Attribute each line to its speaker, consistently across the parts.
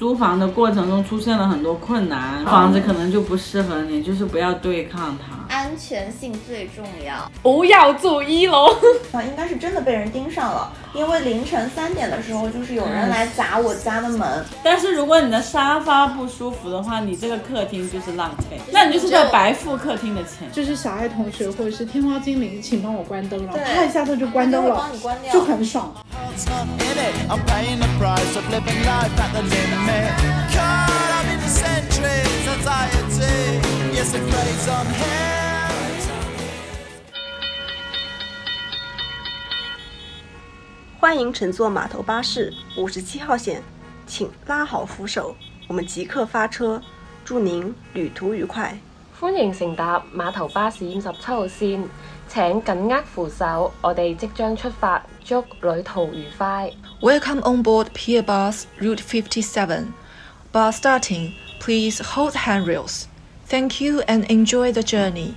Speaker 1: 租房的过程中出现了很多困难，房子可能就不适合你，就是不要对抗它。
Speaker 2: 安全性最重要。
Speaker 3: 不要住 一楼。
Speaker 4: 啊，应该是真的被人盯上了，因为凌晨三点的时候，就是有人来砸我家的门，
Speaker 1: 但是如果你的沙发不舒服的话，你这个客厅就是浪费，那你就是在白付客厅的钱。
Speaker 3: 就是小爱同学或者是天猫精灵，请帮我关灯，然后
Speaker 4: 对
Speaker 3: 啪一下它就关灯
Speaker 4: 他就
Speaker 3: 了
Speaker 4: 会帮你关，掉
Speaker 3: 就很爽。
Speaker 5: heart's not in it. I'm paying the price of living life at the limit. Caught up in the centuries, anxiety. Yes, it plays on hands.
Speaker 6: 欢迎乘坐码头巴士五十七号线，请拉好扶手，我们即刻发车，祝您旅途愉快。
Speaker 7: 歡迎乘搭碼頭巴士五十七號線，請緊握扶手，我哋即將出發，祝旅途愉快。
Speaker 8: Welcome on board Pier Bus Route 57. Bus starting, please hold handrails. Thank you and enjoy the journey.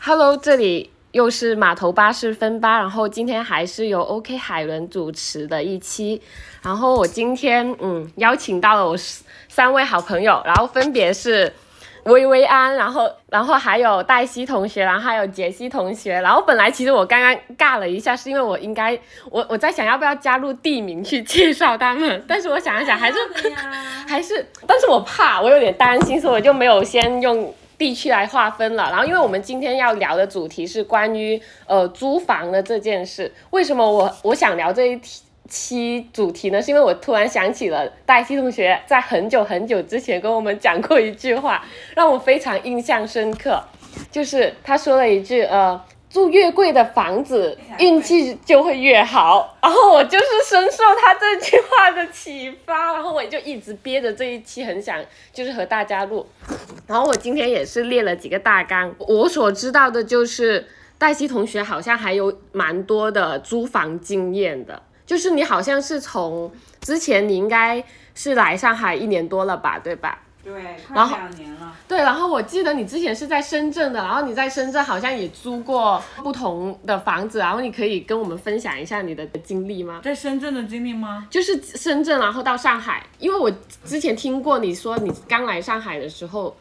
Speaker 7: Hello，这里又是码头巴士分吧，然后今天还是由 OK 海伦主持的一期，然后我今天嗯邀请到了我三位好朋友，然后分别是薇薇安，然后然后还有黛西同学，然后还有杰西同学，然后本来其实我刚刚尬了一下，是因为我应该我我在想要不要加入地名去介绍他们，但是我想一想还是。还是，但是我怕，我有点担心，所以我就没有先用地区来划分了。然后，因为我们今天要聊的主题是关于呃租房的这件事，为什么我我想聊这一题？期主题呢，是因为我突然想起了黛西同学在很久很久之前跟我们讲过一句话，让我非常印象深刻，就是他说了一句呃，住越贵的房子运气就会越好。然后我就是深受他这句话的启发，然后我就一直憋着这一期很想就是和大家录。然后我今天也是列了几个大纲，我所知道的就是黛西同学好像还有蛮多的租房经验的，就是你好像是从之前你应该是来上海一年多了吧，对吧？
Speaker 1: 对，快
Speaker 7: 然后
Speaker 1: 两年了。
Speaker 7: 对，然后我记得你之前是在深圳的，然后你在深圳好像也租过不同的房子，然后你可以跟我们分享一下你的经历吗？
Speaker 1: 在深圳的经历吗？
Speaker 7: 就是深圳，然后到上海，因为我之前听过你说你刚来上海的时候，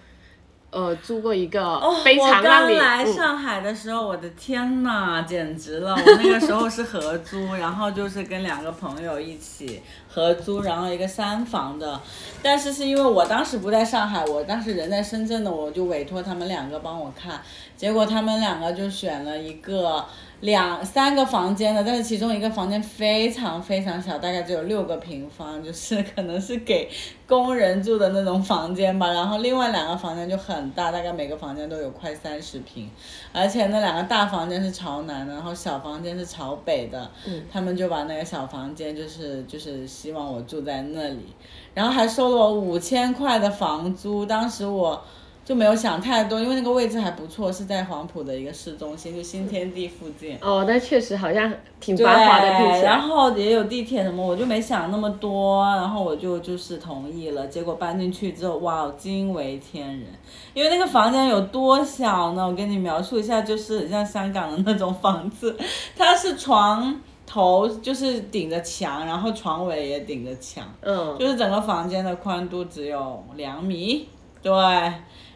Speaker 7: 呃，租过一个 非
Speaker 1: 哦我
Speaker 7: 常让
Speaker 1: 刚
Speaker 7: 你、
Speaker 1: 来
Speaker 7: 嗯
Speaker 1: 上海的时候，我的天呐，简直了！我那个时候是合租，然后就是跟两个朋友一起合租，然后一个三房的。但是是因为我当时不在上海，我当时人在深圳的，我就委托他们两个帮我看。结果他们两个就选了一个两三个房间的，但是其中一个房间非常非常小，大概只有六个平方，就是可能是给工人住的那种房间吧。然后另外两个房间就很大，大概每个房间都有快三十平，而且那两个大房间是朝南的，然后小房间是朝北的。他们就把那个小房间，就是就是希望我住在那里，然后还收了我五千块的房租。当时我。就没有想太多，因为那个位置还不错，是在黄埔的一个市中心，就新天地附近。
Speaker 7: 哦，那确实好像挺繁华的，听起
Speaker 1: 对，
Speaker 7: 来
Speaker 1: 然后也有地铁什么，我就没想那么多，然后我就就是同意了。结果搬进去之后，哇，惊为天人！因为那个房间有多小呢？我跟你描述一下，就是很像香港的那种房子，它是床头就是顶着墙，然后床尾也顶着墙，
Speaker 7: 嗯，
Speaker 1: 就是整个房间的宽度只有两米，对，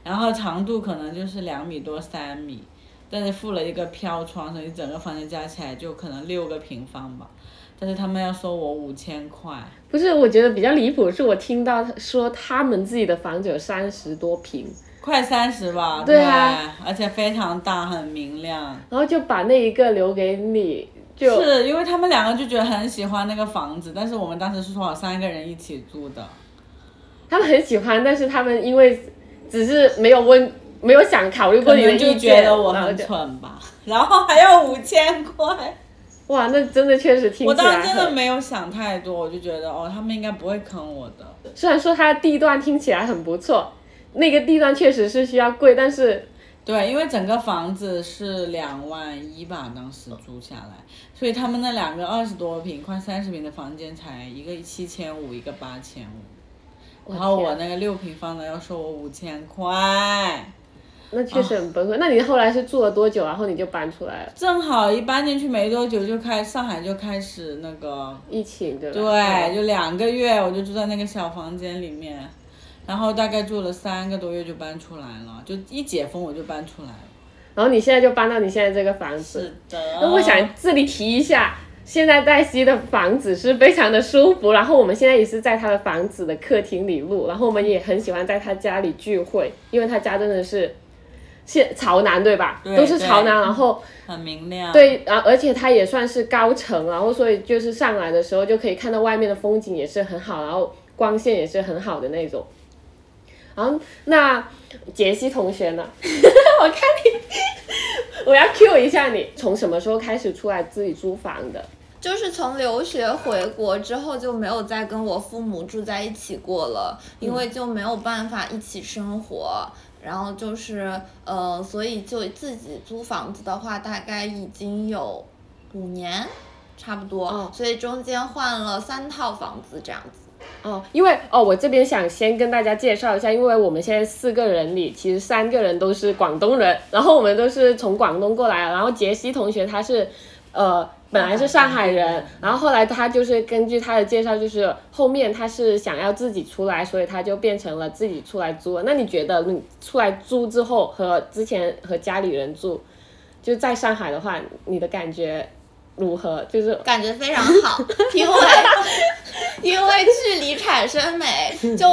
Speaker 1: 然后长度可能就是两米多三米，但是附了一个飘窗，所以整个房间加起来就可能六个平方吧。但是他们要收我五千块，
Speaker 7: 不是，我觉得比较离谱的是我听到说他们自己的房子有三十多平，
Speaker 1: 快三十吧，
Speaker 7: 对啊
Speaker 1: 对而且非常大，很明亮。
Speaker 7: 然后就把那一个留给你，就是
Speaker 1: 因为他们两个就觉得很喜欢那个房子，但是我们当时是说好三个人一起住的。
Speaker 7: 他们很喜欢，但是他们因为只是没有问，没有想考虑过
Speaker 1: 可
Speaker 7: 你的
Speaker 1: 能
Speaker 7: 意
Speaker 1: 就
Speaker 7: 见，啊
Speaker 1: 觉得我
Speaker 7: 然后
Speaker 1: 很
Speaker 7: 就
Speaker 1: 蠢吧，然后还要五千块，
Speaker 7: 哇，那真的确实听
Speaker 1: 我
Speaker 7: 起
Speaker 1: 当
Speaker 7: 来
Speaker 1: 时真的
Speaker 7: 很
Speaker 1: 没有想太多，我就觉得哦，他们应该不会坑我的。
Speaker 7: 虽然说它的地段听起来很不错，那个地段确实是需要贵，但是
Speaker 1: 对，因为整个房子是两万一吧，当时租下来，所以他们那两个二十多平、快三十平的房间才一个七千五，一个八千五，然后我
Speaker 7: 天
Speaker 1: 那个六平方的要收我五千块，
Speaker 7: 那确实很崩溃。那你后来是住了多久？然后你就搬出来了？
Speaker 1: 正好一搬进去没多久就开上海就开始那个
Speaker 7: 疫情对吧？
Speaker 1: 对，就两个月，我就住在那个小房间里面，然后大概住了三个多月就搬出来了，就一解封我就搬出来了。
Speaker 7: 然后你现在就搬到你现在这个房子
Speaker 1: 是。的。
Speaker 7: 那我想这里提一下，现在黛西的房子是非常的舒服，然后我们现在也是在她的房子的客厅里录，然后我们也很喜欢在她家里聚会，因为她家真的是。现潮南对吧？
Speaker 1: 对
Speaker 7: 都是潮
Speaker 1: 对
Speaker 7: 南，然后
Speaker 1: 很明亮。，
Speaker 7: 对，啊，而且它也算是高层，然后所以就是上来的时候就可以看到外面的风景也是很好，然后光线也是很好的那种。然后那杰西同学呢？ 我看 你，我要 Q 一下你，从什么时候开始出来自己租房的？
Speaker 4: 就是从留学回国之后就没有再跟我父母住在一起过了，
Speaker 3: 嗯
Speaker 4: 因为就没有办法一起生活。然后就是呃，所以就自己租房子的话，大概已经有五年，差不多。
Speaker 7: 哦
Speaker 4: 所以中间换了三套房子这样子。
Speaker 7: 哦，因为哦，我这边想先跟大家介绍一下，因为我们现在四个人里，其实三个人都是广东人，然后我们都是从广东过来的，然后杰西同学他是，呃，本来是上海人，然后后来他就是根据他的介绍，就是后面他是想要自己出来，所以他就变成了自己出来租了。那你觉得你出来租之后和之前和家里人住，就在上海的话，你的感觉如何？就是
Speaker 4: 感觉非常好，因为因为距离产生美，就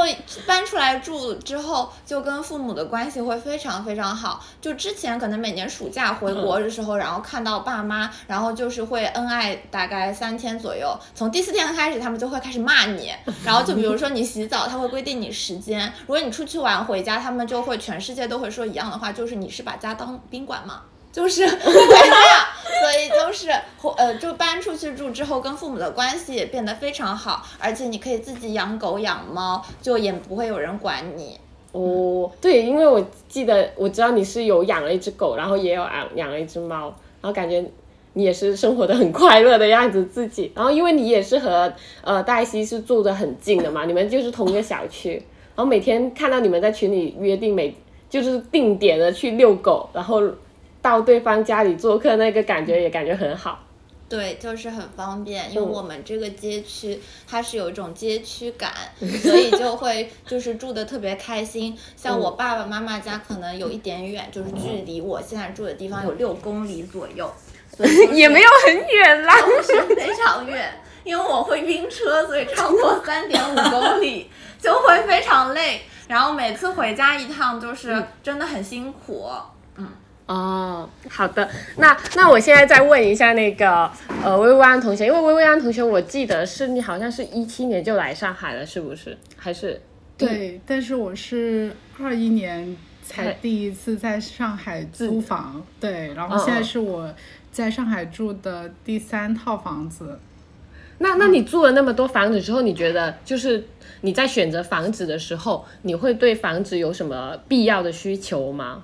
Speaker 4: 搬出来住之后，就跟父母的关系会非常非常好。就之前可能每年暑假回国的时候，然后看到爸妈，然后就是会恩爱大概三天左右。从第四天开始，他们就会开始骂你，然后就比如说你洗澡，他会规定你时间；如果你出去玩回家，他们就会全世界都会说一样的话，就是你是把家当宾馆吗？ 就是会这样，所以就是呃，就搬出去住之后，跟父母的关系也变得非常好，而且你可以自己养狗养猫，就也不会有人管你。
Speaker 7: 哦，对，因为我记得我知道你是有养了一只狗，然后也有养养了一只猫，然后感觉你也是生活的很快乐的样子自己。然后因为你也是和呃黛西是住的很近的嘛，你们就是同一个小区，然后每天看到你们在群里约定每就是定点的去遛狗，然后到对方家里做客，那个感觉也感觉很好。
Speaker 4: 对，就是很方便，因为
Speaker 7: 嗯
Speaker 4: 我们这个街区它是有一种街区 感，所以就会就是住的特别开心。
Speaker 7: 嗯
Speaker 4: 像我爸爸妈妈家可能有一点远，就是距离我现在住的地方有六公里左右，所 以就是
Speaker 7: 也没有很远啦，
Speaker 4: 不是非常远，因为我会晕车，所以超过三点五公里就会非常累。然后每次回家一趟就是
Speaker 7: 嗯
Speaker 4: 真的很辛苦。
Speaker 7: 哦，好的，那那我现在再问一下那个呃薇薇安同学，因为薇薇安同学，我记得是你好像是一七年就来上海了，是不是？还是
Speaker 3: 对，但是我是二一年才
Speaker 7: 才
Speaker 3: 第一次在上海租房，对，然后
Speaker 7: 嗯
Speaker 3: 现在
Speaker 7: 嗯
Speaker 3: 是我在上海住的第三套房子。
Speaker 7: 那那你住了那么多房子之后，你觉得就是你在选择房子的时候，你会对房子有什么必要的需求吗？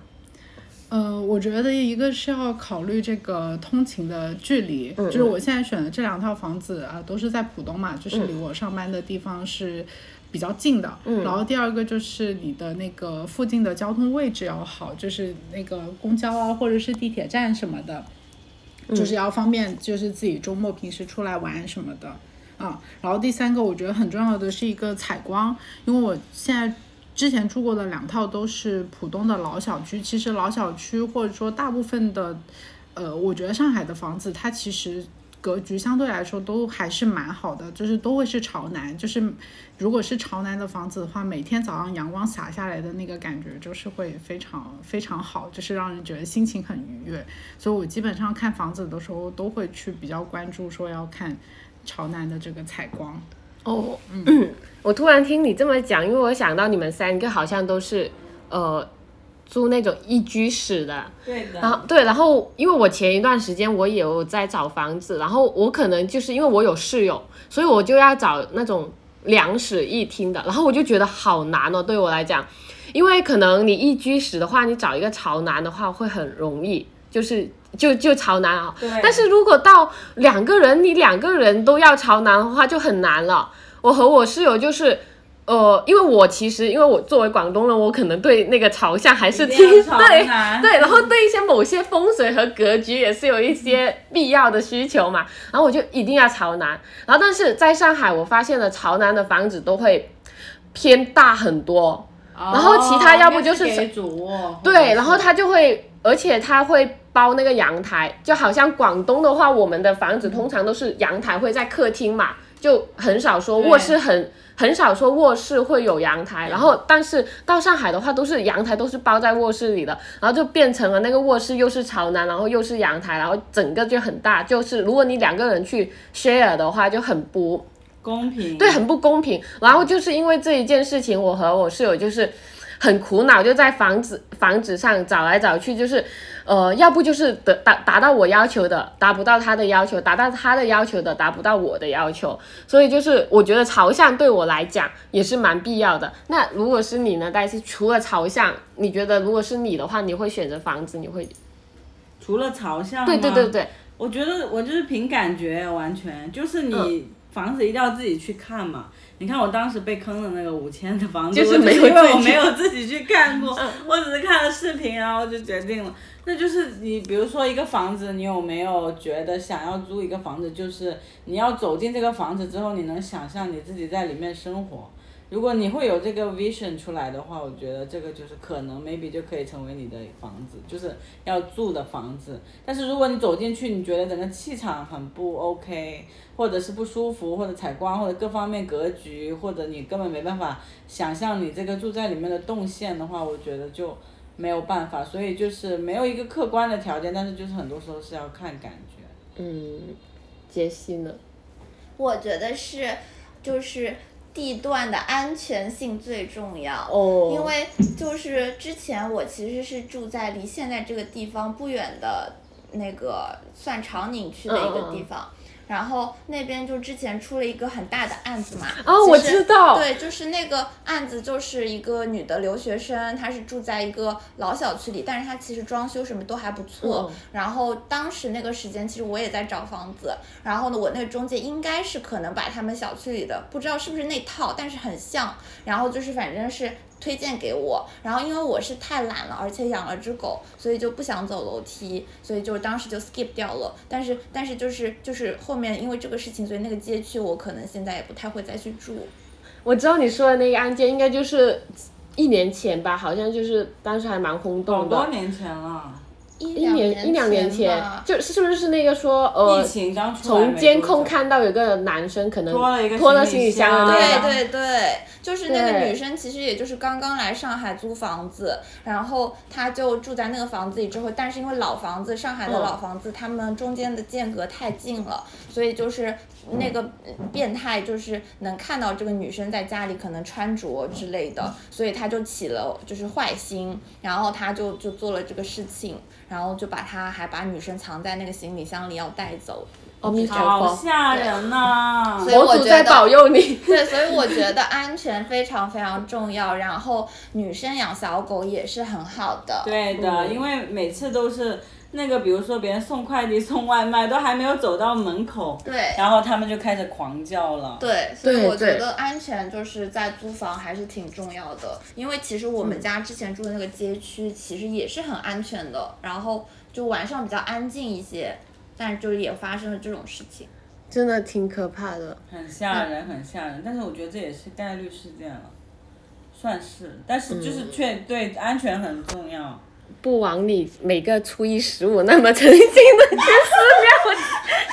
Speaker 3: 呃，我觉得一个是要考虑这个通勤的距离，就是我现在选的这两套房子啊、都是在浦东嘛，就是离我上班的地方是比较近的。然后第二个就是你的那个附近的交通位置要好，就是那个公交啊，或者是地铁站什么的，就是要方便，就是自己周末平时出来玩什么的。啊，然后第三个我觉得很重要的是一个采光，因为我现在之前住过的两套都是浦东的老小区，其实老小区或者说大部分的，呃，我觉得上海的房子它其实。格局相对来说都还是蛮好的，就是都会是朝南，就是如果是朝南的房子的话，每天早上阳光洒下来的那个感觉就是会非常非常好，就是让人觉得心情很愉悦。所以我基本上看房子的时候都会去比较关注说要看朝南的这个采光。
Speaker 7: 哦，嗯，我突然听你这么讲，因为我想到你们三个好像都是呃租那种一居室的，
Speaker 1: 对
Speaker 7: 然
Speaker 1: 的。
Speaker 7: 后对，然后因为我前一段时间我也有在找房子，然后我可能就是因为我有室友，所以我就要找那种两室一厅的，然后我就觉得好难哦，对我来讲，因为可能你一居室的话，你找一个朝南的话会很容易，就是就就朝南啊。
Speaker 1: 对
Speaker 7: 但是如果到两个人，你两个人都要朝南的话就很难了。我和我室友就是呃，因为我其实因为我作为广东人，我可能对那个朝向还是
Speaker 1: 一
Speaker 7: 挺
Speaker 1: 定要朝
Speaker 7: 对
Speaker 1: 南
Speaker 7: 对，然后对一些某些风水和格局也是有一些必要的需求嘛，然后我就一定要朝南，然后但是在上海，我发现了朝南的房子都会偏大很多，
Speaker 1: 然
Speaker 7: 后其
Speaker 4: 哦
Speaker 7: 他要不哦就是
Speaker 1: 给主卧，
Speaker 7: 对，然后它就会，而且它会包那个阳台，就好像广东的话，我们的房子通常都是阳台会在客厅嘛，就很少说
Speaker 1: 对
Speaker 7: 卧室很很少说卧室会有阳台，然后但是到上海的话，都是阳台都是包在卧室里的，然后就变成了那个卧室又是朝南，然后又是阳台，然后整个就很大，就是如果你两个人去 share 的话，就很不
Speaker 1: 公平
Speaker 7: 对，很不公平。然后就是因为这一件事情，我和我室友就是很苦恼，就在房子房子上找来找去，就是呃，要不就是得达达到我要求的，达不到他的要求；达到他的要求的，达不到我的要求。所以就是我觉得朝向对我来讲也是蛮必要的。那如果是你呢，但是除了朝向，你觉得如果是你的话，你会选择房子？你会
Speaker 1: 除了朝向，
Speaker 7: 对对对，对，
Speaker 1: 我觉得我就是凭感觉，完全就是
Speaker 7: 嗯
Speaker 1: 你房子一定要自己去看嘛。你看我当时被坑的那个五千的房子，
Speaker 7: 就是
Speaker 1: 我
Speaker 7: 没有
Speaker 1: 因为
Speaker 7: 自
Speaker 1: 我
Speaker 7: 己嗯
Speaker 1: 没有自己去看过，我只是看了视频，然后就决定了。那就是你，比如说一个房子，你有没有觉得想要租一个房子？就是你要走进这个房子之后，你能想象你自己在里面生活。如果你会有这个 vision 出来的话，我觉得这个就是可能 maybe 就可以成为你的房子，就是要住的房子。但是如果你走进去，你觉得整个气场很不 OK，或者是不舒服，或者采光，或者各方面格局，或者你根本没办法想象你这个住在里面的动线的话，我觉得就没有办法。所以就是没有一个客观的条件，但是就是很多时候是要看感觉。
Speaker 7: 嗯，杰西呢？
Speaker 4: 我觉得是，就是地段的安全性最重要。
Speaker 7: 哦
Speaker 4: 因为就是之前我其实是住在离现在这个地方不远的那个算长宁区的一
Speaker 7: 嗯
Speaker 4: 个地方。然后那边就之前出了一个很大的案子嘛，
Speaker 7: 哦
Speaker 4: 其
Speaker 7: 我
Speaker 4: 实
Speaker 7: 知道
Speaker 4: 对，就是那个案子，就是一个女的留学生，她是住在一个老小区里，但是她其实装修什么都还不错。
Speaker 7: 嗯
Speaker 4: 然后当时那个时间，其实我也在找房子，然后呢，我那个中介应该是可能把他们小区里的不知道是不是那套，但是很像，然后就是反正是推荐给我，然后因为我是太懒了，而且养了只狗，所以就不想走楼梯，所以就当时就 skip 掉了。但是但是就是就是后面因为这个事情，所以那个街区我可能现在也不太会再去住。
Speaker 7: 我知道你说的那个案件应该就是一年前吧，好像就是当时还蛮轰
Speaker 1: 好
Speaker 7: 动
Speaker 1: 多
Speaker 7: 的。
Speaker 1: 年前了，
Speaker 4: 一
Speaker 7: 一年一两年前
Speaker 4: 吧，
Speaker 7: 就是是不是那个说呃
Speaker 1: 疫，情刚出来没
Speaker 7: 从
Speaker 1: 多
Speaker 7: 监控
Speaker 1: 久
Speaker 7: 看到有个男生可能
Speaker 1: 拖了一个
Speaker 7: 拖了
Speaker 1: 行
Speaker 7: 行
Speaker 1: 李
Speaker 7: 李箱的
Speaker 1: 箱
Speaker 7: 那
Speaker 1: 对
Speaker 7: 个
Speaker 1: 吧
Speaker 4: 对对对，就是那个
Speaker 7: 对
Speaker 4: 女生，其实也就是刚刚来上海租房子，然后她就住在那个房子里之后，但是因为老房子，上海的
Speaker 7: 嗯
Speaker 4: 老房子，他们中间的间隔太近了，所以就是那个变态就是能看到这个女生在家里可能穿着之类的，所以他就起了就是坏心，然后他就就做了这个事情，然后就把她还把女生藏在那个行李箱里要带走，
Speaker 7: 阿弥陀
Speaker 1: 好
Speaker 7: 佛，
Speaker 1: 吓人啊呐、
Speaker 4: 所以我
Speaker 7: 佛祖
Speaker 4: 觉
Speaker 7: 在
Speaker 4: 得
Speaker 7: 保佑你。
Speaker 4: 对，所以我觉得安全非常非常重要。然后女生养小狗也是很好的。
Speaker 1: 对的，
Speaker 4: 嗯
Speaker 1: 因为每次都是那个，比如说别人送快递、送外卖，都还没有走到门口，
Speaker 4: 对
Speaker 1: 然后他们就开始狂叫了。
Speaker 4: 对，所以我觉
Speaker 7: 对
Speaker 4: 得安全就是在租房还是挺重要的，因为其实我们家之前住的那个街区其实也是很安全的，然后就晚上比较安静一些，但就是也发生了这种事情。
Speaker 7: 真的挺可怕的，
Speaker 1: 很吓人，很吓人。但是我觉得这也是概率事件了，算是，但是就是
Speaker 4: 嗯
Speaker 1: 确、对安全很重要。
Speaker 7: 不枉你每个初一十五那么诚心的去 寺庙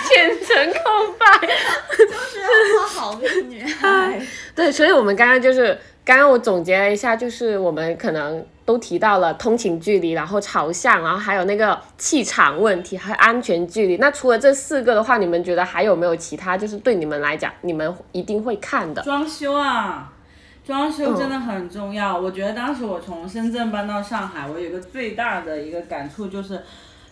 Speaker 7: 虔诚叩拜。
Speaker 4: 是要做好啊命女 孩。
Speaker 7: 对，所以我们刚刚就是，刚刚我总结了一下，就是我们可能都提到了通勤距离，然后朝向，然后还有那个气场问题，还有安全距离。那除了这四个的话，你们觉得还有没有其他？就是对你们来讲，你们一定会看的。
Speaker 1: 装修啊，装修真的很重要。我觉得当时我从深圳搬到上海，我有一个最大的一个感触就是，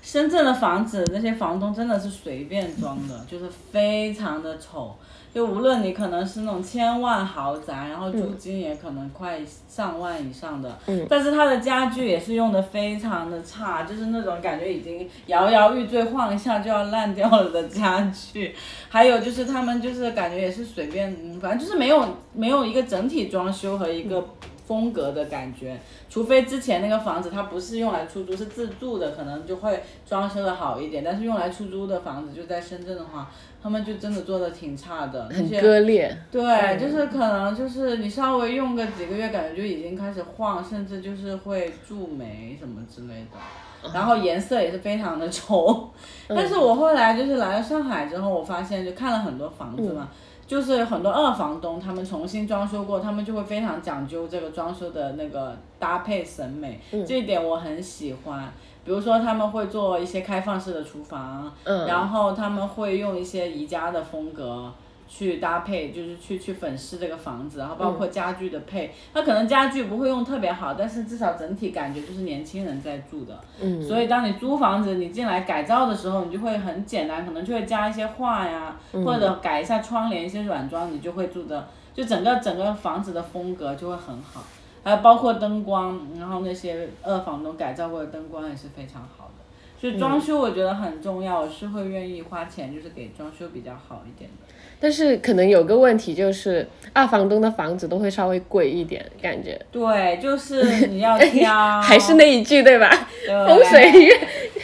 Speaker 1: 深圳的房子那些房东真的是随便装的，就是非常的丑。就无论你可能是那种千万豪宅，然后租金也可能快上万以上的，但是它的家具也是用的非常的差，就是那种感觉已经摇摇欲坠、晃一下就要烂掉了的家具。还有就是他们就是感觉也是随便，嗯反正就是没有没有一个整体装修和一个风格的感觉。除非之前那个房子它不是用来出租，是自住的，可能就会装修的好一点。但是用来出租的房子，就在深圳的话，他们就真的做的挺差的，那
Speaker 7: 很
Speaker 1: 些
Speaker 7: 割裂。
Speaker 1: 对，就是可能就是你稍微用个几个月，感觉就已经开始晃，甚至就是会蛀霉什么之类的。然后颜色也是非常的丑，但是我后来就是来了上海之后，我发现就看了很多房子嘛，就是很多二房东他们重新装修过，他们就会非常讲究这个装修的那个搭配审美，这一点我很喜欢。比如说他们会做一些开放式的厨房，
Speaker 7: 嗯
Speaker 1: 然后他们会用一些宜家的风格。去搭配，就是去去粉饰这个房子，然后包括家具的配，它可能家具不会用特别好，但是至少整体感觉就是年轻人在住的。嗯，所以当你租房子，你进来改造的时候，你就会很简单，可能就会加一些画呀，或者改一下窗帘、一些软装，你就会住的，就整个整个房子的风格就会很好。还有包括灯光，然后那些二房东改造过的灯光也是非常好的。所以装修我觉得很重要，我是会愿意花钱，就是给装修比较好一点的。
Speaker 7: 但是可能有个问题就是，二房东的房子都会稍微贵一点，感觉。
Speaker 1: 对， 就是你要挑，
Speaker 7: 哎还是那一句对吧？
Speaker 1: 对
Speaker 7: 风水，越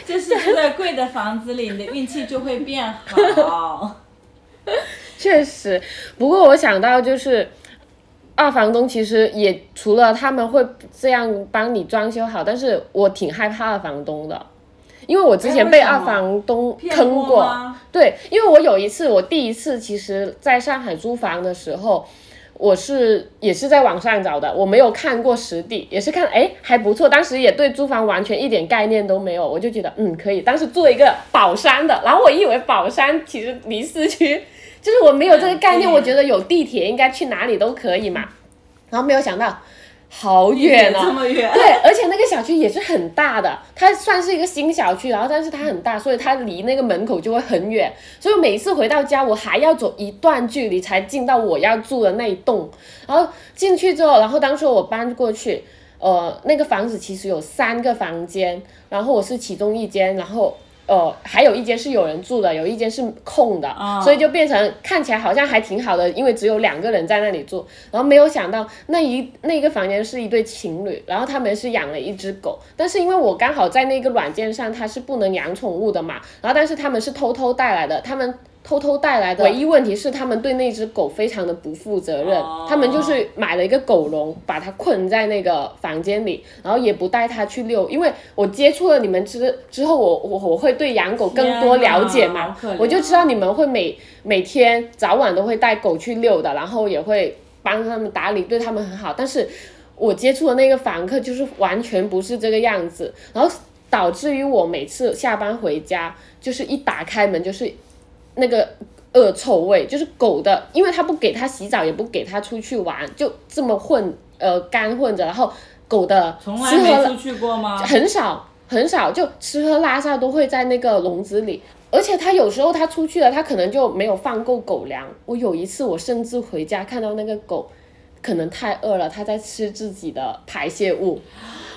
Speaker 1: 就是住在贵的房子里，你的运气就会变 好。
Speaker 7: 确实，不过我想到就是，二房东其实也除了他们会这样帮你装修好，但是我挺害怕二房东的，因为我之前被
Speaker 1: 哎为什
Speaker 7: 二
Speaker 1: 么
Speaker 7: 房东
Speaker 1: 骗
Speaker 7: 坑
Speaker 1: 过吗
Speaker 7: 对，因为我有一次，我第一次其实在上海租房的时候。我是也是在网上找的，我没有看过实地，也是看哎还不错，当时也对租房完全一点概念都没有，我就觉得嗯可以，当时做一个宝山的，然后我以为宝山其实离市区就是我没有这个概念，
Speaker 1: 嗯
Speaker 7: 我觉得有地铁应该去哪里都可以嘛，然后没有想到好远
Speaker 1: 这
Speaker 7: 啊。
Speaker 1: 么远，
Speaker 7: 对，而且那个小区也是很大的，它算是一个新小区，然后但是它很大，所以它离那个门口就会很远，所以每次回到家我还要走一段距离才进到我要住的那一栋，然后进去之后，然后当时我搬过去，呃，那个房子其实有三个房间，然后我是其中一间，然后。呃，还有一间是有人住的，有一间是空的，
Speaker 1: 啊
Speaker 7: 所以就变成看起来好像还挺好的，因为只有两个人在那里住。然后没有想到那一那个房间是一对情侣，然后他们是养了一只狗，但是因为我刚好在那个软件上它是不能养宠物的嘛，然后但是他们是偷偷带来的，他们偷偷带来的唯一问题是他们对那只狗非常的不负责任，
Speaker 1: 哦
Speaker 7: 他们就是买了一个狗笼，把它困在那个房间里，然后也不带它去遛，因为我接触了你们之之后，我我我会对养狗更多了解
Speaker 1: 天哪
Speaker 7: 嘛
Speaker 1: 好可怜，啊
Speaker 7: 我就知道你们会每每天早晚都会带狗去遛的，然后也会帮他们打理，对他们很好，但是。我接触的那个房客就是完全不是这个样子，然后导致于我每次下班回家，就是一打开门就是那个恶臭味，就是狗的，因为它不给它洗澡，也不给它出去玩，就这么混呃干混着，然后狗的
Speaker 1: 从来
Speaker 7: 吃喝
Speaker 1: 没
Speaker 7: 了
Speaker 1: 出去过吗？
Speaker 7: 很少很少，就吃喝拉撒都会在那个笼子里。而且他有时候他出去了，他可能就没有放够狗粮。我有一次，我甚至回家看到那个狗，可能太饿了，它在吃自己的排泄物，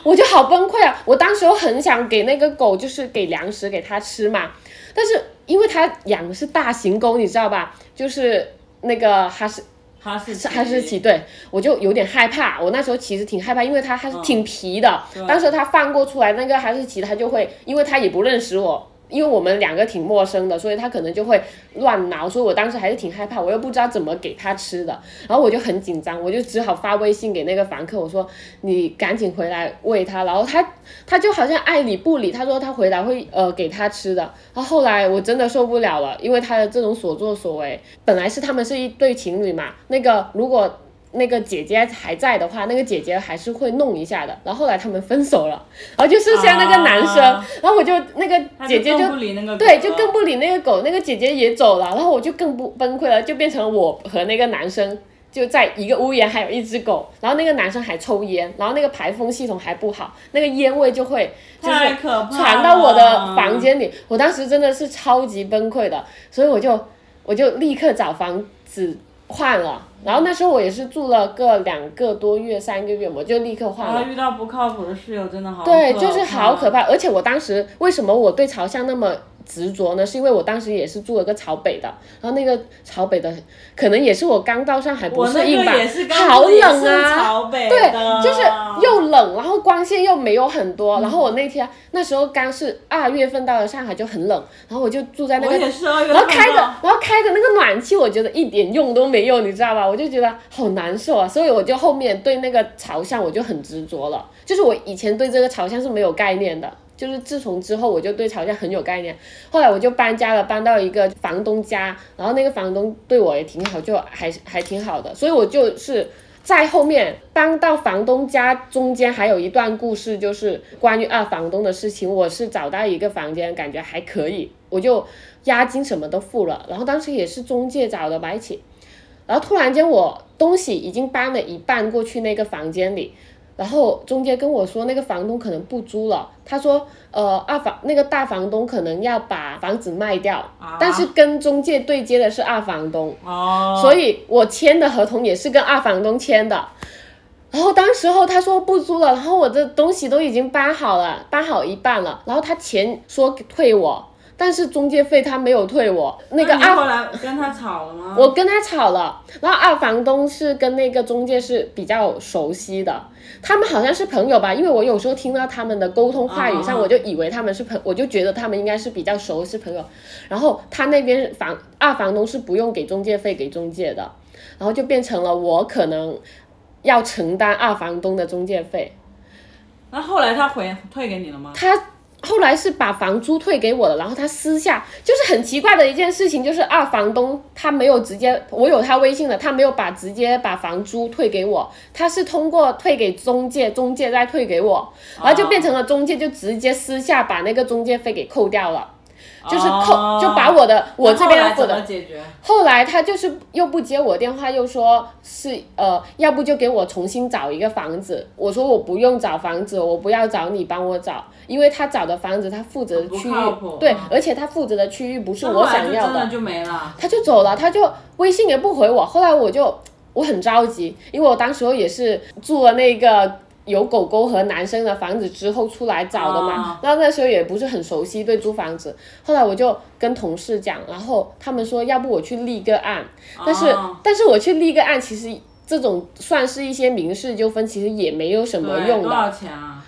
Speaker 7: 我就好崩溃啊！我当时候很想给那个狗，就是给粮食给它吃嘛，但是因为它养的是大型狗，你知道吧？就是那个哈士
Speaker 1: 哈士奇，
Speaker 7: 哈士奇，对我就有点害怕。我那时候其实挺害怕，因为它还是挺皮的。当时它放过出来那个哈士奇，它就会，因为它也不认识我，因为我们两个挺陌生的，所以它可能就会乱挠。所以我当时还是挺害怕，我又不知道怎么给它吃的，然后我就很紧张，我就只好发微信给那个房客，我说你赶紧回来喂它。然后他他就好像爱理不理，他说他回来会呃给他吃的。然后后来我真的受不了了，因为他的这种所作所为，本来是他们是一对情侣嘛，那个如果那个姐姐还在的话，那个姐姐还是会弄一下的。然后后来他们分手了，然后就剩下那个男生，
Speaker 1: 啊
Speaker 7: 然后我就那个
Speaker 1: 它
Speaker 7: 姐姐
Speaker 1: 更
Speaker 7: 就
Speaker 1: 不理那个狗
Speaker 7: 对，就更
Speaker 1: 了
Speaker 7: 不理那个狗，那个姐姐也走了，然后我就更不崩溃了，就变成了我和那个男生就在一个屋檐，还有一只狗，然后那个男生还抽烟，然后那个排风系统还不好，那个烟味就会就是
Speaker 1: 太可怕
Speaker 7: 传到我的
Speaker 1: 了
Speaker 7: 房间里，我当时真的是超级崩溃的，所以我就我就立刻找房只换了。然后那时候我也是住了个两个多月、三个月嘛，就立刻换
Speaker 1: 然后
Speaker 7: 了。
Speaker 1: 遇到不靠谱的室友真的好
Speaker 7: 对，
Speaker 1: 可
Speaker 7: 就是好可怕。而且我当时为什么我对潮汕那么执着呢？是因为我当时也是住了个潮北的，然后那个潮北的可能也是我刚到上海不
Speaker 1: 我
Speaker 7: 适应
Speaker 1: 那
Speaker 7: 吧
Speaker 1: 个也是，刚
Speaker 7: 好冷
Speaker 1: 也是
Speaker 7: 啊
Speaker 1: 朝。北
Speaker 7: 对
Speaker 1: 的，
Speaker 7: 就是又冷，然后光线又没有很多，
Speaker 1: 嗯
Speaker 7: 然后我那天那时候刚是二月份到了上海就很冷，然后我就住在那
Speaker 1: 我
Speaker 7: 个
Speaker 1: 也是二月
Speaker 7: 然后
Speaker 1: 份
Speaker 7: 开着，
Speaker 1: 到
Speaker 7: 然后开着那个暖气，我觉得一点用都没有，你知道吧？我就觉得好难受啊，所以我就后面对那个朝向我就很执着了，就是我以前对这个朝向是没有概念的。就是自从之后，我就对朝向很有概念。后来我就搬家了，搬到一个房东家，然后那个房东对我也挺好，就还还挺好的。所以我就是在后面搬到房东家中间还有一段故事，就是关于二房东的事情。我是找到一个房间，感觉还可以，我就押金什么都付了，然后当时也是中介找的吧一起，然后突然间我东西已经搬了一半过去那个房间里。然后中介跟我说，那个房东可能不租了。他说，呃，二房那个大房东可能要把房子卖掉，
Speaker 1: 啊
Speaker 7: 但是跟中介对接的是二房东。
Speaker 1: 哦，
Speaker 7: 所以我签的合同也是跟二房东签的。然后当时候他说不租了，然后我的东西都已经搬好了，搬好一半了，然后他钱说退我，但是中介费他没有退我。那个
Speaker 1: 你
Speaker 7: 二
Speaker 1: 后来跟他吵了吗？
Speaker 7: 我跟他吵了，然后二房东是跟那个中介是比较熟悉的，他们好像是朋友吧，因为我有时候听到他们的沟通话语上，
Speaker 1: 啊
Speaker 7: 我就以为他们是朋，我就觉得他们应该是比较熟是朋友。然后他那边房二房东是不用给中介费给中介的，然后就变成了我可能要承担二房东的中介费，
Speaker 1: 那后来他回退给你了吗？
Speaker 7: 他后来是把房租退给我了，然后他私下就是很奇怪的一件事情，就是二房东他没有直接，我有他微信的，他没有把直接把房租退给我，他是通过退给中介，中介再退给我，然后就变成了中介就直接私下把那个中介费给扣掉了，就是扣、
Speaker 1: 哦
Speaker 7: 就把我的我这
Speaker 1: 那后
Speaker 7: 边
Speaker 1: 来
Speaker 7: 付
Speaker 1: 怎
Speaker 7: 的
Speaker 1: 么解决？
Speaker 7: 后来他就是又不接我电话，又说是呃，要不就给我重新找一个房子。我说我不用找房子，我不要找你帮我找，因为他找的房子他负责的区域
Speaker 1: 不靠谱
Speaker 7: 对
Speaker 1: 嗯，
Speaker 7: 而且他负责的区域不是
Speaker 1: 那后
Speaker 7: 我
Speaker 1: 来
Speaker 7: 想
Speaker 1: 就
Speaker 7: 要
Speaker 1: 真的就没了。
Speaker 7: 他就走了，他就微信也不回我。后来我就我很着急，因为我当时候也是住了那个有狗狗和男生的房子之后出来找的嘛
Speaker 1: 啊，
Speaker 7: 然后那时候也不是很熟悉对租房子。后来我就跟同事讲，然后他们说要不我去立个案， 但是、
Speaker 1: 哦
Speaker 7: 但是我去立个案，其实这种算是一些民事纠纷，其实也没有什么
Speaker 1: 对
Speaker 7: 用
Speaker 1: 多少
Speaker 7: 的。
Speaker 1: 钱啊？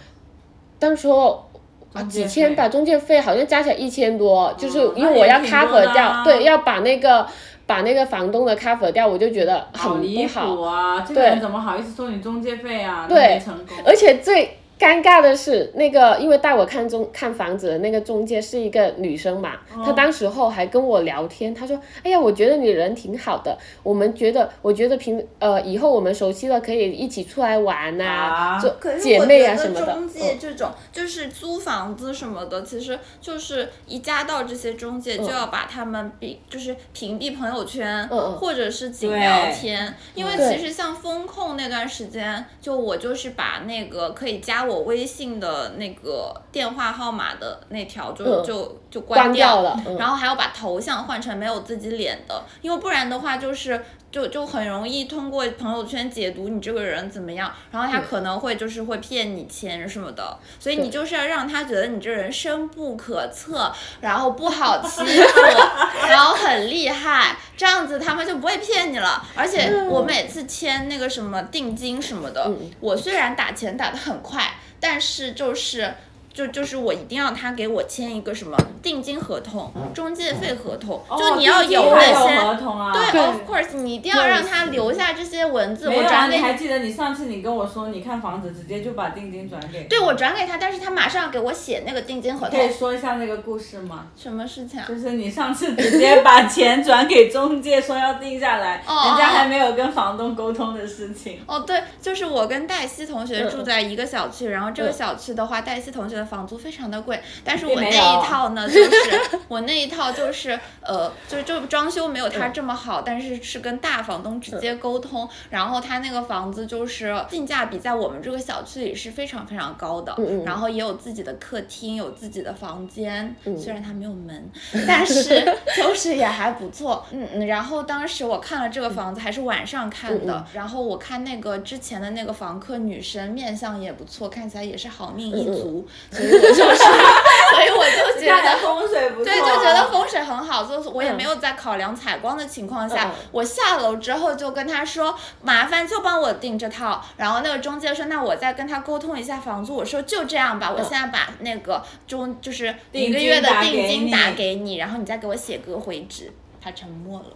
Speaker 7: 当时候啊，
Speaker 1: 中
Speaker 7: 几
Speaker 1: 介
Speaker 7: 千
Speaker 1: 费
Speaker 7: 吧，中介费好像加起来一千多，就是
Speaker 1: 哦
Speaker 7: 因为
Speaker 1: 那
Speaker 7: 我
Speaker 1: 也
Speaker 7: 要
Speaker 1: 挺多
Speaker 7: cover
Speaker 1: 的
Speaker 7: 掉，
Speaker 1: 啊
Speaker 7: 对，要把那个把那个房东的 cover 掉，我就觉得很
Speaker 1: 好离
Speaker 7: 不好。
Speaker 1: 谱啊！这个
Speaker 7: 对
Speaker 1: 人怎么好意思收你中介费啊？都
Speaker 7: 对
Speaker 1: 没成功。
Speaker 7: 而且最尴尬的是，那个因为带我看中看房子的那个中介是一个女生嘛，
Speaker 1: 哦
Speaker 7: 她当时候还跟我聊天，她说：“哎呀，我觉得你人挺好的，我们觉得，我觉得平呃以后我们熟悉了可以一起出来玩呐、
Speaker 1: 啊
Speaker 7: 做
Speaker 4: 可是
Speaker 7: 姐
Speaker 4: 我
Speaker 7: 妹啊
Speaker 4: 觉
Speaker 7: 什么
Speaker 4: 得
Speaker 7: 的。
Speaker 4: 中介
Speaker 7: 嗯
Speaker 4: 这种就是租房子什么的，其实就是一加到这些中介，就要把他们屏就是屏蔽朋友圈，
Speaker 7: 嗯嗯
Speaker 4: 或者是仅
Speaker 1: 对
Speaker 4: 聊天，因为
Speaker 7: 对
Speaker 4: 其实像风控那段时间，就我就是把那个可以加我微信的那个电话号码的那条就、
Speaker 7: 嗯
Speaker 4: 就就
Speaker 7: 关
Speaker 4: 关掉
Speaker 7: 了嗯
Speaker 4: 然后还要把头像换成没有自己脸的，因为不然的话就是就就很容易通过朋友圈解读你这个人怎么样，然后他可能会就是会骗你钱什么的，所以你就是要让他觉得你这人深不可测，然后不好欺负， 然后很厉害，这样子他们就不会骗你了。而且我每次签那个什么定金什么的，我虽然打钱打得很快，但是就是。就就是我一定要他给我签一个什么定金合同、中介费合同，就你要
Speaker 1: 哦
Speaker 4: 有
Speaker 1: 中介
Speaker 4: 那
Speaker 1: 也有
Speaker 4: 些，
Speaker 1: 合同啊。
Speaker 4: 对，of course，你一定要让他留下这些文字，
Speaker 1: 没
Speaker 4: 我
Speaker 1: 有啊，
Speaker 4: 转
Speaker 1: 你
Speaker 4: 给
Speaker 1: 还记得你上次你跟我说，你看房子直接就把定金转给。
Speaker 4: 对，我转给他，但是他马上要给我写那个定金合
Speaker 1: 可以
Speaker 4: 同，
Speaker 1: 说一下那个故事吗？
Speaker 4: 什么事情啊？
Speaker 1: 就是你上次直接把钱转给中介，说要定下来，
Speaker 4: 哦
Speaker 1: 人家还没有跟房东沟通的事情。嗯
Speaker 4: 哦，对，就是我跟黛西同学住在一个小区，然后这个小区的话，黛西同学的房租非常的贵，但是
Speaker 1: 并
Speaker 4: 我那
Speaker 1: 没
Speaker 4: 一
Speaker 1: 有
Speaker 4: 套呢，就是我那一套就是呃，就就装修没有
Speaker 7: 嗯
Speaker 4: 他这么好，但是是跟大房东直接沟通，然后他那个房子就是性价比在我们这个小区里是非常非常高的，
Speaker 7: 嗯嗯
Speaker 4: 然后也有自己的客厅，有自己的房间，
Speaker 7: 嗯
Speaker 4: 虽然它没有门，但是就是也还不 错，嗯嗯。然后当时我看了这个房子，还是晚上看
Speaker 7: 嗯
Speaker 4: 的，然后我看那个之前的那个房客女生面相也不错，看起来也是好命
Speaker 7: 嗯
Speaker 4: 一族，所以我就是，所以我 就觉
Speaker 1: 家的
Speaker 4: 得。
Speaker 1: 风水不错，啊
Speaker 4: 对，就觉得风水很好，就是我也没有在考量采光的情况下，
Speaker 7: 嗯
Speaker 4: 我下楼之后就跟他说，麻烦就帮我订这套。然后那个中介说，那我再跟他沟通一下房租。我说就这样吧，我现在把那个中就是一个月的
Speaker 1: 定金打给
Speaker 4: 定金
Speaker 1: 你
Speaker 4: 打给你，然后你再给我写个回执。他沉默了。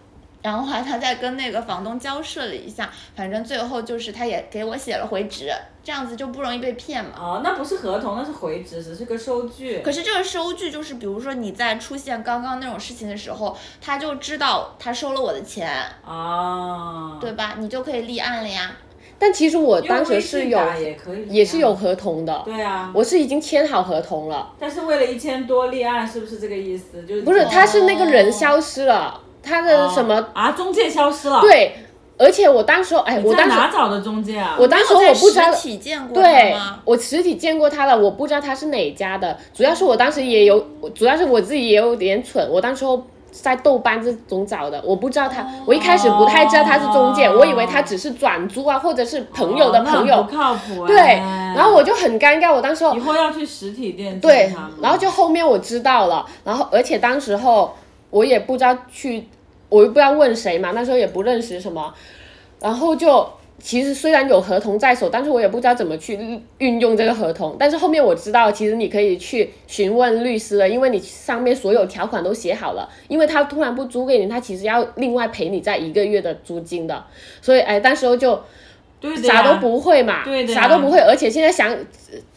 Speaker 4: 然后后来他再跟那个房东交涉了一下，反正最后就是他也给我写了回执，这样子就不容易被骗嘛。
Speaker 1: 哦，那不是合同，那是回执，只是个收据。
Speaker 4: 可是这个收据就是，比如说你在出现刚刚那种事情的时候，他就知道他收了我的钱，
Speaker 1: 啊，
Speaker 4: 对，吧？你就可以立案了呀。
Speaker 7: 但其实我当时是有，
Speaker 1: 也可以，
Speaker 7: 也是有。合同的，
Speaker 1: 对啊，
Speaker 7: 我是已经签好合同了，
Speaker 1: 但是为了一千多立案，是不是这个意思？
Speaker 4: 嗯
Speaker 1: 就是
Speaker 4: 哦
Speaker 7: 不是，他是那个人消失了，他的什么、
Speaker 1: 啊？中介消失了。，
Speaker 7: 对，而且我当时，哎，我
Speaker 1: 在
Speaker 7: 当时
Speaker 1: 哪找的中介啊？
Speaker 7: 我当时
Speaker 4: 没
Speaker 7: 我
Speaker 4: 有在
Speaker 7: 不知道
Speaker 4: 实。体见过他
Speaker 7: 对
Speaker 4: 吗？，
Speaker 7: 我实体见过他了，我不知道他是哪家的。主要是我当时也有，主要是我自己也有点蠢，我当时候在豆瓣这种找的，我不知道
Speaker 4: 哦
Speaker 7: 他，我一开始不太知道他是中介，
Speaker 1: 哦
Speaker 7: 我以为他只是转租啊，或者是朋友的
Speaker 1: 哦那
Speaker 7: 朋友。
Speaker 1: 不靠谱、哎
Speaker 7: 对，然后我就很尴尬，我当时候
Speaker 1: 以后要去实体店见
Speaker 7: 对
Speaker 1: 他们，
Speaker 7: 然后就后面我知道了，然后而且当时候我也不知道去，我又不知道问谁嘛，那时候也不认识什么，然后就其实虽然有合同在手，但是我也不知道怎么去运运用这个合同。但是后面我知道，其实你可以去询问律师了，因为你上面所有条款都写好了，因为他突然不租给你，他其实要另外赔你在一个月的租金的，所以哎，当时候就。
Speaker 1: 对的呀
Speaker 7: 啥都不会嘛，
Speaker 1: 对的呀
Speaker 7: 啥都不会，而且现在想呃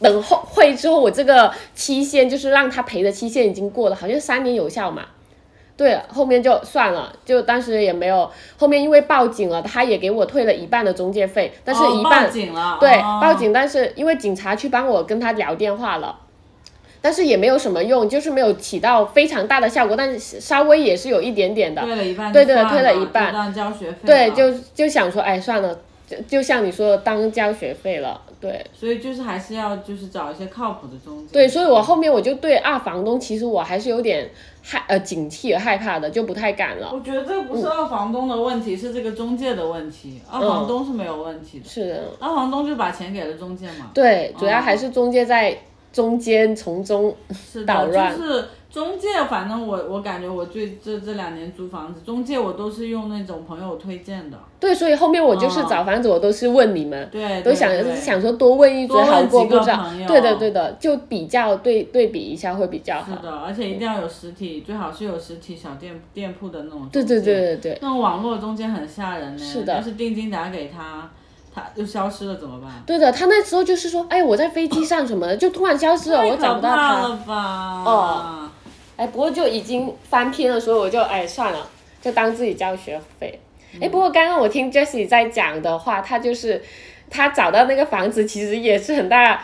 Speaker 7: 等后会之后，我这个期限就是让他赔的期限已经过了，好像三年有效嘛。对，后面就算了，就当时也没有，后面因为报警了，他也给我退了一半的中介费，但是
Speaker 1: 哦
Speaker 7: 一半、
Speaker 1: 报警了，
Speaker 7: 对，
Speaker 1: 哦
Speaker 7: 报警，但是因为警察去帮我跟他聊电话了，但是也没有什么用，就是没有起到非常大的效果，但是稍微也是有一点点的。
Speaker 1: 退了一半就
Speaker 7: 对对
Speaker 1: 算了，
Speaker 7: 退了一半
Speaker 1: 就当交学费
Speaker 7: 对，
Speaker 1: 了
Speaker 7: 就就想说，哎，算了，就就像你说的，当交学费了，对
Speaker 1: 所以就是还是要就是找一些靠谱的中介。
Speaker 7: 对，所以我后面我就对二房东，其实我还是有点害呃警惕、害怕的，就不太敢了。
Speaker 1: 我觉得这不是二房东的问题，是这个中介的问题。
Speaker 7: 嗯
Speaker 1: 二房东是没有问题的，
Speaker 7: 是的，
Speaker 1: 二房东就把钱给了中介嘛。
Speaker 7: 对，主要
Speaker 1: 哦
Speaker 7: 还是中介在中间从中，
Speaker 1: 是
Speaker 7: 捣
Speaker 1: 的，
Speaker 7: 乱
Speaker 1: 就是中介，反正我我感觉我最这这两年租房子，中介我都是用那种朋友推荐的，
Speaker 7: 对，所以后面我就是
Speaker 1: 哦
Speaker 7: 找房子，我都是问你们。
Speaker 1: 对，
Speaker 7: 都
Speaker 1: 对
Speaker 7: 想
Speaker 1: 对
Speaker 7: 想说多问一嘴
Speaker 1: 多问
Speaker 7: 好过
Speaker 1: 几个
Speaker 7: 不知道
Speaker 1: 朋，友
Speaker 7: 对的对的，就比较对对比一下会比较
Speaker 1: 是
Speaker 7: 好。
Speaker 1: 的，而且一定要有实体，最好是有实体小店店铺的那种中介。
Speaker 7: 对对对对对，
Speaker 1: 那种网络中间很吓人呢。
Speaker 7: 是的
Speaker 1: 要是定金打给他，他又消失了怎么办？
Speaker 7: 对的，他那时候就是说，哎，我在飞机上什么的，就突然消失了，
Speaker 1: 太
Speaker 7: 我找不到
Speaker 1: 可怕
Speaker 7: 他。
Speaker 1: 了吧？
Speaker 7: 哦哎，不过就已经翻篇了，所以我就哎算了，就当自己交学费。哎，不过刚刚我听 Jessie 在讲的话，她就是她找到那个房子，其实也是很大，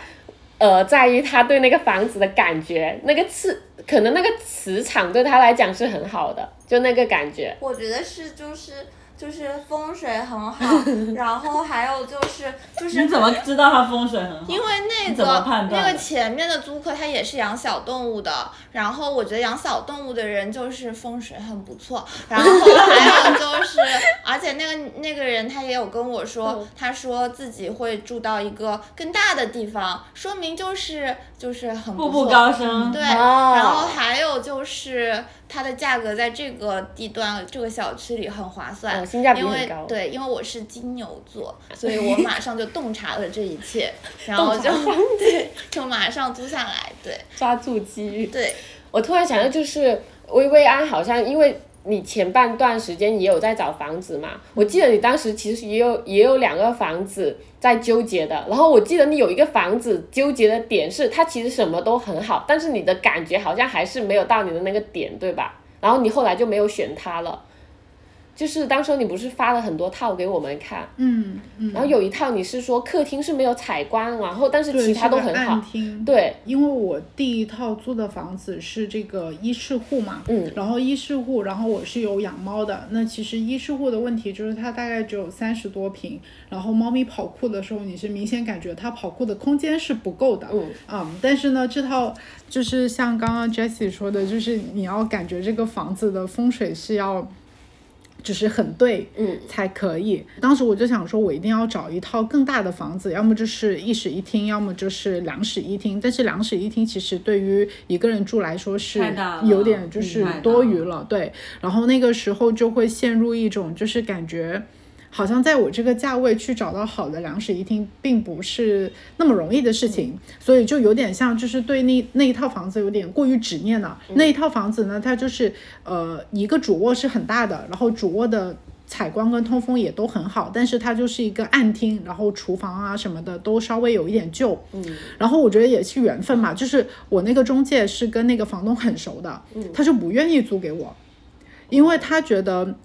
Speaker 7: 呃，在于她对那个房子的感觉，那个磁，可能那个磁场对她来讲是很好的，就那个感觉。
Speaker 9: 我觉得是就是就是风水很 好，然后还有就是就是
Speaker 1: 你怎么知道它风水很好？
Speaker 4: 因为那
Speaker 1: 你怎么
Speaker 4: 个
Speaker 1: 判断
Speaker 4: 那
Speaker 1: 的
Speaker 4: 个前面的租客他也是养小动物的，然后我觉得养小动物的人就是风水很不 错，然后还有就是，而且那个那个人他也有跟我
Speaker 1: 嗯
Speaker 4: 说，他说自己会住到一个更大的地方，说明就是就是很
Speaker 1: 步
Speaker 4: 不
Speaker 1: 步
Speaker 4: 错。嗯
Speaker 1: 高升。
Speaker 4: 对，
Speaker 7: 哦
Speaker 4: 然后还有就是它的价格在这个地段、这个小区里很划算，
Speaker 7: 哦性价比
Speaker 4: 因
Speaker 7: 很
Speaker 4: 为
Speaker 7: 高
Speaker 4: 对，因为我是金牛座，所以我马上就洞察了这一切，然后就对，就马上租下来，对
Speaker 7: 抓住机遇。
Speaker 4: 对，
Speaker 7: 我突然想到，就是薇薇安好像因为你前半段时间也有在找房子嘛，我记得你当时其实也有也有两个房子在纠结的，然后我记得你有一个房子纠结的点是它其实什么都很好，但是你的感觉好像还是没有到你的那个点，对吧？然后你后来就没有选它了。就是当时候你不是发了很多套给我们看，
Speaker 3: 嗯嗯，
Speaker 7: 然后有一套你是说客厅是没有采光，然后但是其他都很好，
Speaker 3: 听。
Speaker 7: 对，
Speaker 3: 因为我第一套租的房子是这个一室户嘛，
Speaker 7: 嗯
Speaker 3: 然后一室户，然后我是有养猫的。那其实一室户的问题就是它大概只有三十多平，然后猫咪跑酷的时候，你是明显感觉它跑酷的空间是不够的，
Speaker 7: 嗯
Speaker 3: 嗯，但是呢，这套就是像刚刚 Jessie 说的，就是你要感觉这个房子的风水是要。就是很对，
Speaker 7: 嗯
Speaker 3: 才可以。当时我就想说，我一定要找一套更大的房子，要么就是一室一厅，要么就是两室一厅。但是两室一厅其实对于一个人住来说是
Speaker 1: 太大了
Speaker 3: 有点就是
Speaker 1: 嗯太大了
Speaker 3: 多余了，对。然后那个时候就会陷入一种就是感觉。好像在我这个价位去找到好的两室一厅，并不是那么容易的事情，所以就有点像，就是对那那一套房子有点过于执念了。那一套房子呢，它就是呃一个主卧是很大的，然后主卧的采光跟通风也都很好，但是它就是一个暗厅，然后厨房啊什么的都稍微有一点旧。嗯，然后我觉得也是缘分嘛，就是我那个中介是跟那个房东很熟的，
Speaker 1: 嗯
Speaker 3: 他就不愿意租给我，因为他觉得。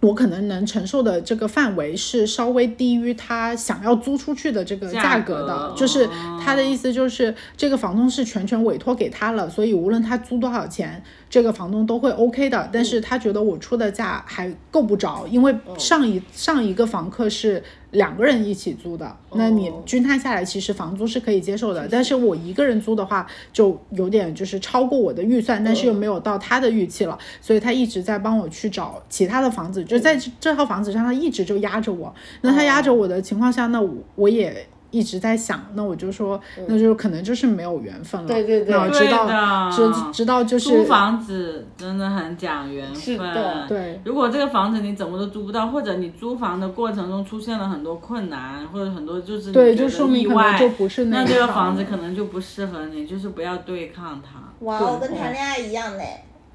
Speaker 3: 我可能能承受的这个范围是稍微低于他想要租出去的这个价格
Speaker 1: 价
Speaker 3: 的
Speaker 1: 格，
Speaker 3: 就是
Speaker 1: 哦
Speaker 3: 他的意思就是这个房东是全权委托给他了，所以无论他租多少钱，这个房东都会 OK 的。但是他觉得我出的价还够不着，因为上一上一个房客是两个人一起租的，那你均摊下来其实房租是可以接受的。哦但是我一个人租的话，就有点就是超过我的预算，但是又没有到他的预期了，所以他一直在帮我去找其他的房子，就在这这套房子上，他一直就压着我。那他压
Speaker 7: 哦
Speaker 3: 着我的情况下，那我我也。一直在想，那我就说，那就可能就是没有缘分了。
Speaker 7: 嗯对对对
Speaker 3: 那我知道，
Speaker 1: 对的
Speaker 3: 知知道就是
Speaker 1: 租房子真的很讲缘分。
Speaker 7: 是的
Speaker 3: 对
Speaker 1: 如果这个房子你怎么都租不到，或者你租房的过程中出现了很多困难，或者很多就是你
Speaker 3: 对，
Speaker 1: 觉
Speaker 3: 就
Speaker 1: 得
Speaker 3: 说明
Speaker 1: 意
Speaker 3: 可能
Speaker 1: 外，
Speaker 3: 就不是
Speaker 1: 那
Speaker 3: 一
Speaker 1: 这个
Speaker 3: 套
Speaker 1: 房子可能就不适合你，就是不要对抗它。
Speaker 4: 哇哦，跟谈恋爱一样呢。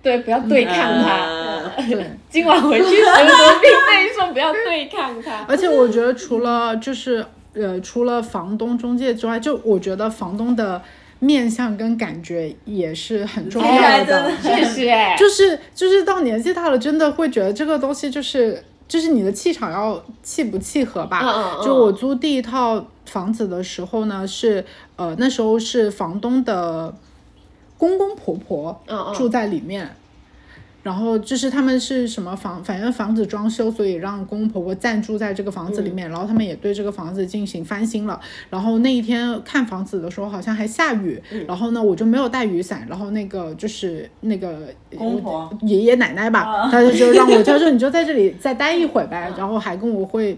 Speaker 7: 对，不要对抗它。
Speaker 1: 呃，
Speaker 3: 对。
Speaker 7: 今晚回去十足必备，说不要对抗它。
Speaker 3: 而且我觉得除了就是呃，除了房东中介之外，就我觉得房东的面相跟感觉也是很重要
Speaker 1: 哎真
Speaker 3: 的
Speaker 1: 的。
Speaker 7: 确实哎，
Speaker 3: 就是就是到年纪大了，真的会觉得这个东西就是就是你的气场要契不契合吧。
Speaker 7: 嗯嗯嗯
Speaker 3: 就我租第一套房子的时候呢，是呃那时候是房东的公公婆婆
Speaker 7: 嗯嗯
Speaker 3: 住在里面。然后就是他们是什么房，反正房子装修，所以让公公婆婆暂住在这个房子里
Speaker 7: 嗯
Speaker 3: 面，然后他们也对这个房子进行翻新了。然后那一天看房子的时候，好像还下雨，
Speaker 7: 嗯
Speaker 3: 然后呢我就没有带雨伞，然后那个就是那个
Speaker 1: 公婆
Speaker 3: 爷爷奶奶
Speaker 7: 啊
Speaker 3: 吧，他就就让 我，他说你就在这里再待一会儿呗，然后还跟我会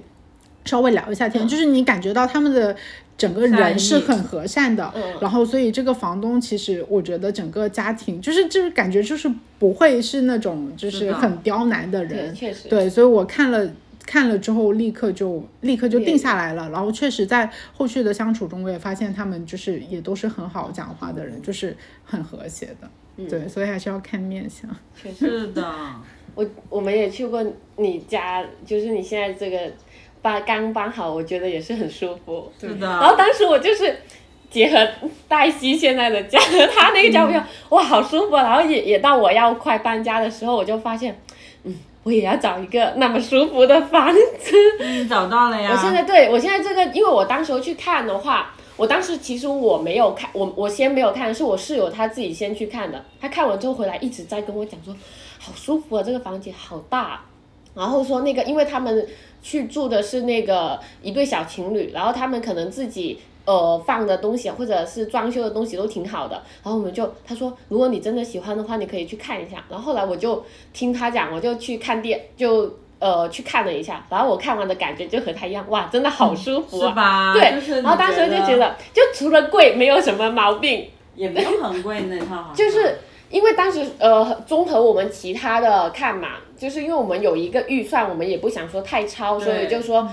Speaker 3: 稍微聊一下
Speaker 7: 啊
Speaker 3: 天，就是你感觉到他们的整个
Speaker 1: 善
Speaker 3: 人
Speaker 1: 意
Speaker 3: 是很和善的，
Speaker 7: 嗯
Speaker 3: 然后所以这个房东其实我觉得整个家庭就是就是感觉就是不会是那种就是
Speaker 1: 的
Speaker 3: 很刁难的人，
Speaker 7: 对确实
Speaker 3: 对，所以我看了。看了之后，立刻就立刻就定下来了。然后确实在后续的相处中，我也发现他们就是也都是很好讲话的人，就是很和谐的。
Speaker 7: 嗯
Speaker 3: 对，所以还是要看面相。
Speaker 1: 是的，
Speaker 7: 我我们也去过你家，就是你现在这个搬刚搬好，我觉得也是很舒服。
Speaker 1: 是
Speaker 7: 然后
Speaker 1: 的。
Speaker 7: 当时我就是结合黛西现在的家和她那个
Speaker 1: 嗯
Speaker 7: 家，我就哇好舒服啊。然后也也到我要快搬家的时候，我就发现，嗯，我也要找一个那么舒服的房子。
Speaker 1: 你找到了呀？
Speaker 7: 我现在对我现在这个，因为我当时候去看的话，我当时其实我没有看，我我先没有看，是我室友他自己先去看的。他看完之后回来一直在跟我讲说，好舒服啊，这个房间好大。啊然后说那个，因为他们去住的是那个一对小情侣，然后他们可能自己呃放的东西或者是装修的东西都挺好的，然后我们就他说，如果你真的喜欢的话，你可以去看一下。然后后来我就听他讲，我就去看店，就呃去看了一下，然后我看完的感觉就和他一样，哇，真的好舒服、啊，
Speaker 1: 是吧？
Speaker 7: 对，
Speaker 1: 就是你
Speaker 7: 然后当时就觉得，就除了贵没有什么毛病，
Speaker 1: 也没有很贵那套好像，
Speaker 7: 就是因为当时呃，综合我们其他的看嘛，就是因为我们有一个预算，我们也不想说太超，所以就说。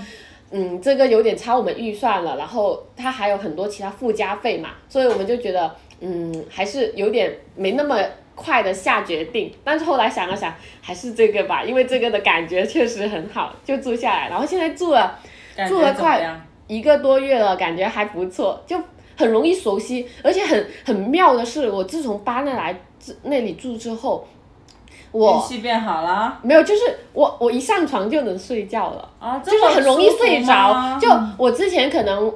Speaker 7: 嗯，这个有点超我们预算了，然后它还有很多其他附加费嘛，所以我们就觉得，嗯，还是有点没那么快的下决定。但是后来想了想，还是这个吧，因为这个的感觉确实很好，就住下来。然后现在住了
Speaker 1: 感觉
Speaker 7: 住得
Speaker 1: 怎么
Speaker 7: 快
Speaker 1: 样
Speaker 7: 一个多月了，感觉还不错，就很容易熟悉，而且很很妙的是，我自从搬了来自那里住之后，
Speaker 1: 运
Speaker 7: 我
Speaker 1: 气变好了
Speaker 7: 没有，就是我我一上床就能睡觉了。
Speaker 1: 啊，这
Speaker 7: 就是
Speaker 1: 么
Speaker 7: 很容易
Speaker 1: 舒服
Speaker 7: 睡
Speaker 1: 吗嗯
Speaker 7: 着。嗯就我之前可能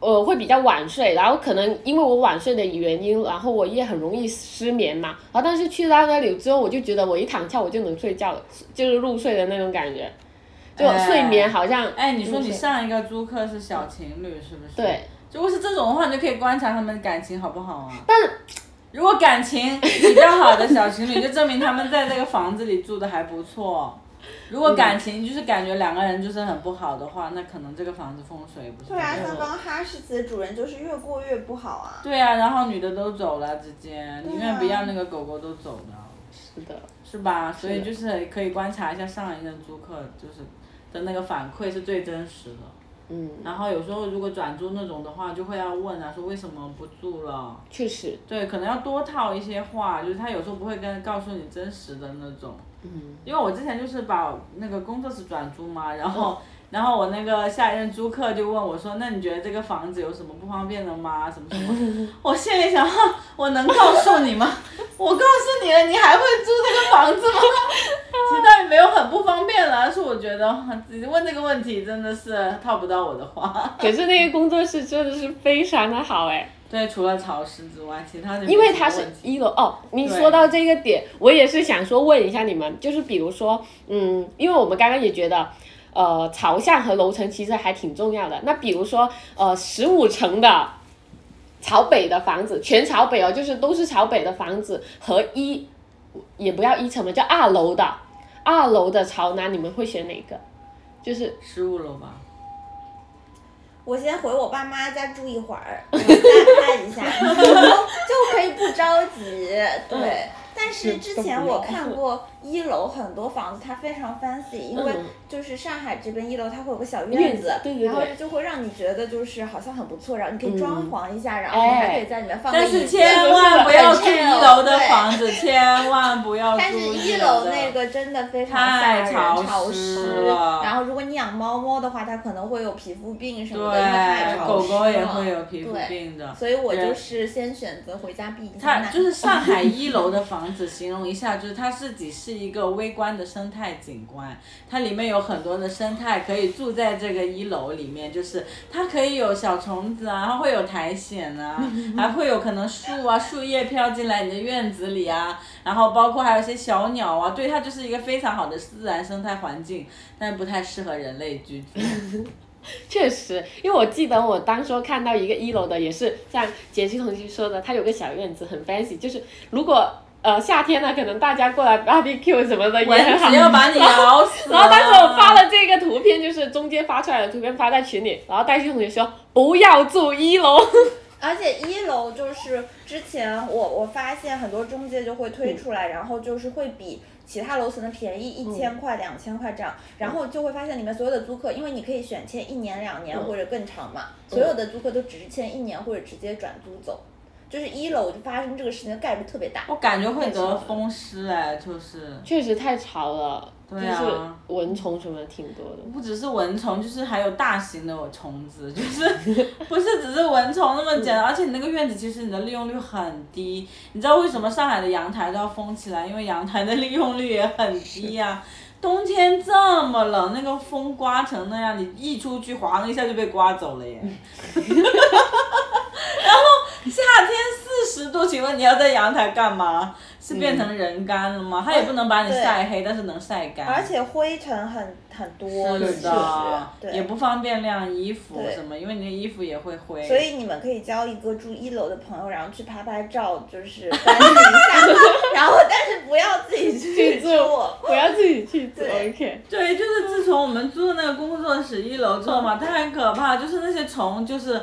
Speaker 7: 呃会比较晚睡，然后可能因为我晚睡的原因，然后我也很容易失眠嘛。然后但是去到那里之后，我就觉得我一躺下我就能睡觉了，就是入睡的那种感觉，就
Speaker 1: 哎
Speaker 7: 睡眠好像
Speaker 1: 哎，你说你
Speaker 7: 入睡
Speaker 1: 上一个租客是小情侣是不是？
Speaker 7: 对，
Speaker 1: 如果是这种的话，你就可以观察他们的感情好不好啊。
Speaker 7: 但
Speaker 1: 如果感情比较好的小情侣，就证明他们在这个房子里住的还不错。如
Speaker 7: 嗯
Speaker 1: 果感情就是感觉两个人就是很不好的话，那可能这个房子风水不是
Speaker 4: 对啊，
Speaker 1: 很
Speaker 4: 像
Speaker 1: 好。
Speaker 4: 刚哈士奇的主人就是越过越不好啊。
Speaker 1: 对啊，然后女的都走了，直接宁愿不要那个狗狗都走了，
Speaker 7: 啊是的，
Speaker 1: 是吧？所以就是可以观察一下上一任租客就是的那个反馈是最真实的。
Speaker 7: 嗯，
Speaker 1: 然后有时候如果转租那种的话，就会要问啊，说为什么不住了？
Speaker 7: 确实，
Speaker 1: 对，可能要多套一些话，就是他有时候不会跟告诉你真实的那种。
Speaker 7: 嗯，
Speaker 1: 因为我之前就是把那个工作室转租嘛，然
Speaker 7: 嗯
Speaker 1: 后、然后我那个下一任租客就问我说：“那你觉得这个房子有什么不方便的吗？什么什么？” 我现在想，哼我能告诉你吗？我告诉你了，你还会租这个房子吗？其实倒也没有很不方便了，是我觉得你问这个问题真的是套不到我的话。
Speaker 7: 可是那个工作室真的是非常的好哎，
Speaker 1: 对，除了潮湿之外，其他的
Speaker 7: 因为它是一楼哦。你
Speaker 1: 对
Speaker 7: 说到这个点，我也是想说问一下你们，就是比如说，嗯，因为我们刚刚也觉得。呃，朝向和楼层其实还挺重要的。那比如说，呃，十五层的朝北的房子，全朝北哦，就是都是朝北的房子和一，也不要一层嘛，叫二楼的，二楼的朝南，你们会选哪个？就是
Speaker 1: 十五楼吧。
Speaker 4: 我先回我爸妈家住一会儿， 我再看一下， 就就可以不着急。
Speaker 1: 嗯
Speaker 4: 对，但是之前我看过一楼很多房子，它非常 fancy，因为
Speaker 7: 嗯
Speaker 4: 就是上海这边一楼它会有个小
Speaker 7: 院
Speaker 4: 子
Speaker 7: 子，对对
Speaker 4: 然后
Speaker 7: 对
Speaker 4: 就会让你觉得就是好像很不错，然后你可以装
Speaker 7: 嗯
Speaker 4: 潢一下，然后你还可以在里面放个
Speaker 1: 哎但
Speaker 4: 椅
Speaker 1: 是
Speaker 4: 子。啊
Speaker 1: 千万不要
Speaker 4: 很
Speaker 1: 住一
Speaker 4: chill，
Speaker 1: 楼的
Speaker 4: 对
Speaker 1: 房子，千万不要
Speaker 4: 但是
Speaker 1: 住
Speaker 4: 一
Speaker 1: 楼
Speaker 4: 楼
Speaker 1: 的
Speaker 4: 那个真的非常吓
Speaker 1: 太
Speaker 4: 人，
Speaker 1: 潮
Speaker 4: 潮
Speaker 1: 湿
Speaker 4: 湿
Speaker 1: 了
Speaker 4: 然后如果你养猫猫的话，它可能会有皮肤病什么的，因为太
Speaker 1: 对，
Speaker 4: 潮
Speaker 1: 狗
Speaker 4: 湿
Speaker 1: 狗也
Speaker 4: 了
Speaker 1: 会有皮肤
Speaker 4: 对
Speaker 1: 病的。
Speaker 4: 所以我就
Speaker 1: 人
Speaker 4: 是先选择回家避一下
Speaker 1: 它
Speaker 4: 难。
Speaker 1: 就是上海一楼的房子，形容一下，就是它自己是一个微观的生态景观，它里面有很多的生态可以住在这个一楼里面，就是它可以有小虫子啊，它会有苔藓啊，还会有可能树啊、树叶飘进来你的院子里啊，然后包括还有一些小鸟啊，对，它就是一个非常好的自然生态环境，但不太适合人类居住。
Speaker 7: 确实，因为我记得我当时看到一个一楼的，也是像杰西同学说的，它有个小院子，很 fancy。就是如果呃夏天呢，可能大家过来 barbecue 什 么的也很
Speaker 1: 蚊
Speaker 7: 好
Speaker 1: 子。要把你咬死。
Speaker 7: 然后当时我发。了这个图片，就是中间发出来的图片发在群里，然后黛西同学说不要住一楼，
Speaker 4: 而且一楼就是之前我我发现很多中介就会
Speaker 1: 嗯
Speaker 4: 推出来，然后就是会比其他楼层的便宜一千块、两千块这样，
Speaker 1: 嗯
Speaker 4: 然后就会发现里面所有的租客，因为你可以选签一年、两年
Speaker 7: 嗯
Speaker 4: 或者更长嘛，
Speaker 1: 嗯
Speaker 4: 所有的租客都只是签一年或者直接转租走，就是一楼就发生这个事情的概率特别大。
Speaker 1: 我感觉会得风湿哎，就是
Speaker 7: 确实太吵了，
Speaker 1: 对
Speaker 7: 就
Speaker 1: 啊
Speaker 7: 是蚊虫什么的挺多的。
Speaker 1: 不只是蚊虫，就是还有大型的虫子， 就是 不是只是蚊虫那么简单。而且你那个院子其实你的利用率很低，你知道为什么上海的阳台都要封起来？因为阳台的利用率也很低呀、冬天这么冷，那个风刮成那样，你一出去划楞一下就被刮走 了耶。 然后夏天四十度，请问你要在阳台干嘛？是变成人干了吗？它也不能把你
Speaker 4: 嗯对
Speaker 1: 晒黑，但是能晒干。
Speaker 4: 而且灰尘很很多，
Speaker 1: 是
Speaker 4: 其实
Speaker 1: 的，
Speaker 4: 对，
Speaker 1: 也不方便晾衣服
Speaker 4: 对
Speaker 1: 什么，因为你的衣服也会灰。
Speaker 4: 所以你们可以交一个住一楼的朋友，然后去拍拍照，就是翻译一下，然后但是不要自己去
Speaker 7: 去
Speaker 4: 住
Speaker 7: 住。，我要自己去住。
Speaker 4: 对
Speaker 7: OK，
Speaker 1: 对，就是自从我们住的那个工作室一楼之后嘛，它很可怕，就是那些虫就是。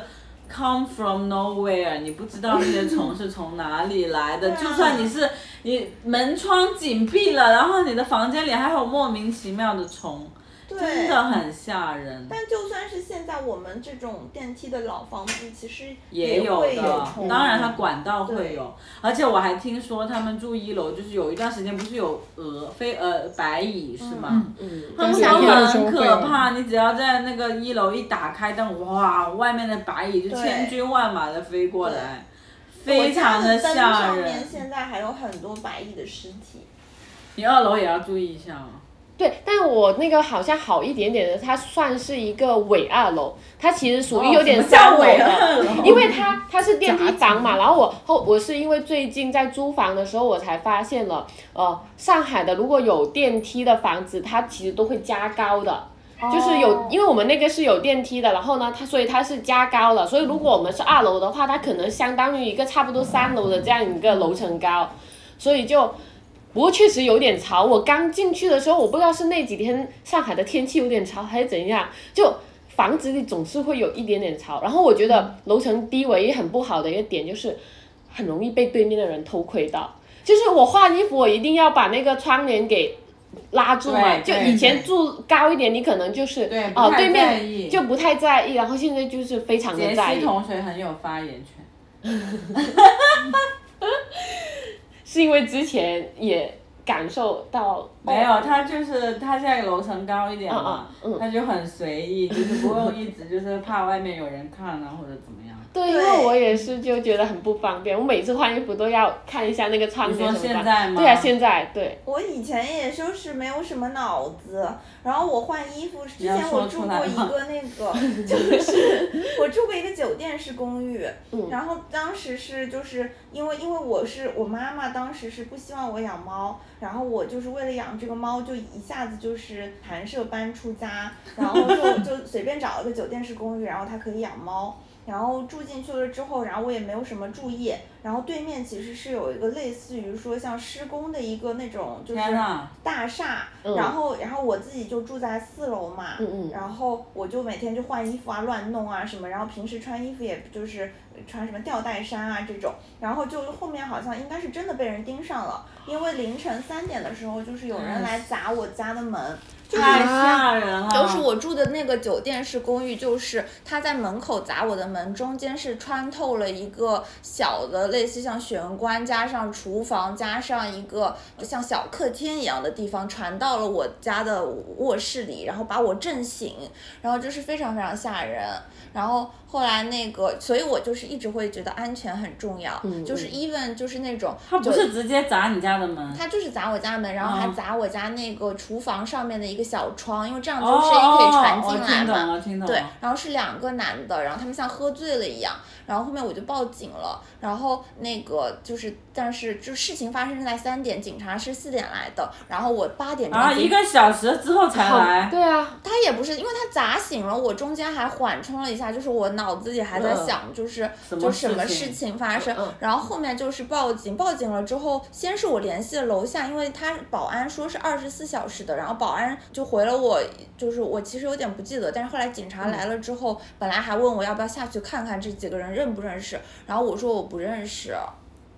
Speaker 1: Come from nowhere，你不知道那些虫是从哪里来的。
Speaker 4: 啊
Speaker 1: 就算你是你门窗紧闭了，然后你的房间里还有莫名其妙的虫，真
Speaker 4: 对
Speaker 1: 的。很吓人。
Speaker 4: 但就算是现在我们这种电梯的老房子，其实
Speaker 1: 也有的，
Speaker 4: 会有虫
Speaker 1: 当然它管道会
Speaker 4: 对
Speaker 1: 有，而且我还听说他们住一楼，就是有一段时间不是有蛾飞蛾白蚁是吗？
Speaker 7: 嗯
Speaker 1: 他们
Speaker 3: 对夏天
Speaker 1: 说
Speaker 3: 的时候
Speaker 1: 很
Speaker 3: 会
Speaker 1: 可
Speaker 3: 有
Speaker 1: 怕，你只要在那个一楼一打开灯，哇，外面的白蚁就
Speaker 4: 对
Speaker 1: 千军万马的飞过来，非
Speaker 4: 我家
Speaker 1: 常
Speaker 4: 的灯
Speaker 1: 吓
Speaker 4: 上
Speaker 1: 人
Speaker 4: 面。现在还有很多白蚁的尸体，
Speaker 1: 你二楼也要注意一下哦。
Speaker 7: 对，但我那个好像好一点点的，它算是一个伪二楼，它其实属于有点三楼的，因为它它是电梯房嘛。然后我后我是因为最近在租房的时候，我才发现了，呃，上海的如果有电梯的房子，它其实都会加高的。就是有，因为我们那个是有电梯的，然后呢，它所以它是加高了，所以如果我们是二楼的话，它可能相当于一个差不多三楼的这样一个楼层高，所以就，不过确实有点潮。我刚进去的时候，我不知道是那几天上海的天气有点潮还是怎样，就房子里总是会有一点点潮。然后我觉得楼层低唯一很不好的一个点就是，很容易被对面的人偷窥到。就是我换衣服，我一定要把那个窗帘给拉住嘛。
Speaker 1: 对
Speaker 7: 就
Speaker 1: 对
Speaker 7: 以前住高一点，你可能就是
Speaker 1: 对不
Speaker 7: 哦
Speaker 1: 太在
Speaker 7: 对面
Speaker 1: 意
Speaker 7: 就不太在意，然后现在就是非常的
Speaker 1: 杰
Speaker 7: 在
Speaker 1: 西
Speaker 7: 意，
Speaker 1: 同学很有发言权。
Speaker 4: 嗯
Speaker 7: 是因为之前也感受到哦
Speaker 1: 没有，他就是他现在楼层高一点嘛，
Speaker 7: 嗯嗯嗯
Speaker 1: 他就很随意，就是不用一直就是怕外面有人看啊或者怎么样。
Speaker 7: 对，因为我也是就觉得很不方便，我每次换衣服都要看一下那个窗帘
Speaker 1: 你说
Speaker 7: 什么
Speaker 1: 现在
Speaker 7: 的。
Speaker 1: 吗
Speaker 7: 对啊，现在对，
Speaker 4: 我以前也就是没有什么脑子，然后我换衣服，之
Speaker 1: 要
Speaker 4: 前我
Speaker 1: 说
Speaker 4: 住
Speaker 1: 出来
Speaker 4: 过一
Speaker 1: 吗
Speaker 4: 个那个，就是我住过一个酒店式公寓，
Speaker 7: 嗯
Speaker 4: 然后当时是就是因为因为我是我妈妈当时是不希望我养猫，然后我就是为了养这个猫，就一下子就是弹射搬出家，然后就就随便找了个酒店式公寓，然后它可以养猫。然后住进去了之后，然后我也没有什么注意，然后对面其实是有一个类似于说像施工的一个那种就是
Speaker 1: 天呐，
Speaker 4: 大厦，
Speaker 7: 嗯
Speaker 4: 然后然后我自己就住在四楼嘛，
Speaker 7: 嗯嗯
Speaker 4: 然后我就每天就换衣服啊、乱弄啊什么，然后平时穿衣服也就是穿什么吊带衫啊这种，然后就后面好像应该是真的被人盯上了，因为凌晨三点的时候就是有人来砸我家的门，就是
Speaker 1: 太吓人了。
Speaker 4: 就是我住的那个酒店式公寓，就是他在门口砸我的门，中间是穿透了一个小的类似像玄关，加上厨房，加上一个像小客厅一样的地方，传到了我家的卧室里，然后把我震醒，然后就是非常非常吓人。然后后来那个，所以我就是一直会觉得安全很重要，
Speaker 7: 嗯
Speaker 4: 就是
Speaker 7: 嗯
Speaker 4: even 就是那种
Speaker 1: 他不
Speaker 4: 就是
Speaker 1: 直接砸你家的门，
Speaker 4: 他就是砸我家门，然后还
Speaker 1: 嗯
Speaker 4: 砸我家那个厨房上面的一个小窗，因为这样就
Speaker 1: 哦
Speaker 4: 是声音可以传进
Speaker 1: 哦哦我
Speaker 4: 来嘛。
Speaker 1: 听懂了，听懂
Speaker 4: 对
Speaker 1: 了。，
Speaker 4: 然后是两个男的，然后他们像喝醉了一样，然后后面我就报警了，然后那个就是，但是就事情发生是在三点，警察是四点来的，然后我八点钟
Speaker 1: 啊，
Speaker 4: 进
Speaker 1: 一个小时之后才来，
Speaker 7: 对啊，
Speaker 4: 他也不是，因为他砸醒了我，中间还缓冲了一下，就是我脑子里还在想，就是、
Speaker 1: 嗯么
Speaker 4: 就什么
Speaker 1: 事情
Speaker 4: 事情发生，
Speaker 7: 嗯嗯
Speaker 4: 然后后面就是报警，报警了之后，先是我联系了楼下，因为他保安说是二十四小时的，然后保安就回了我，就是我其实有点不记得，但是后来警察来了之后，本来还问我要不要下去看看这几个人认不认识，然后我说我不认识。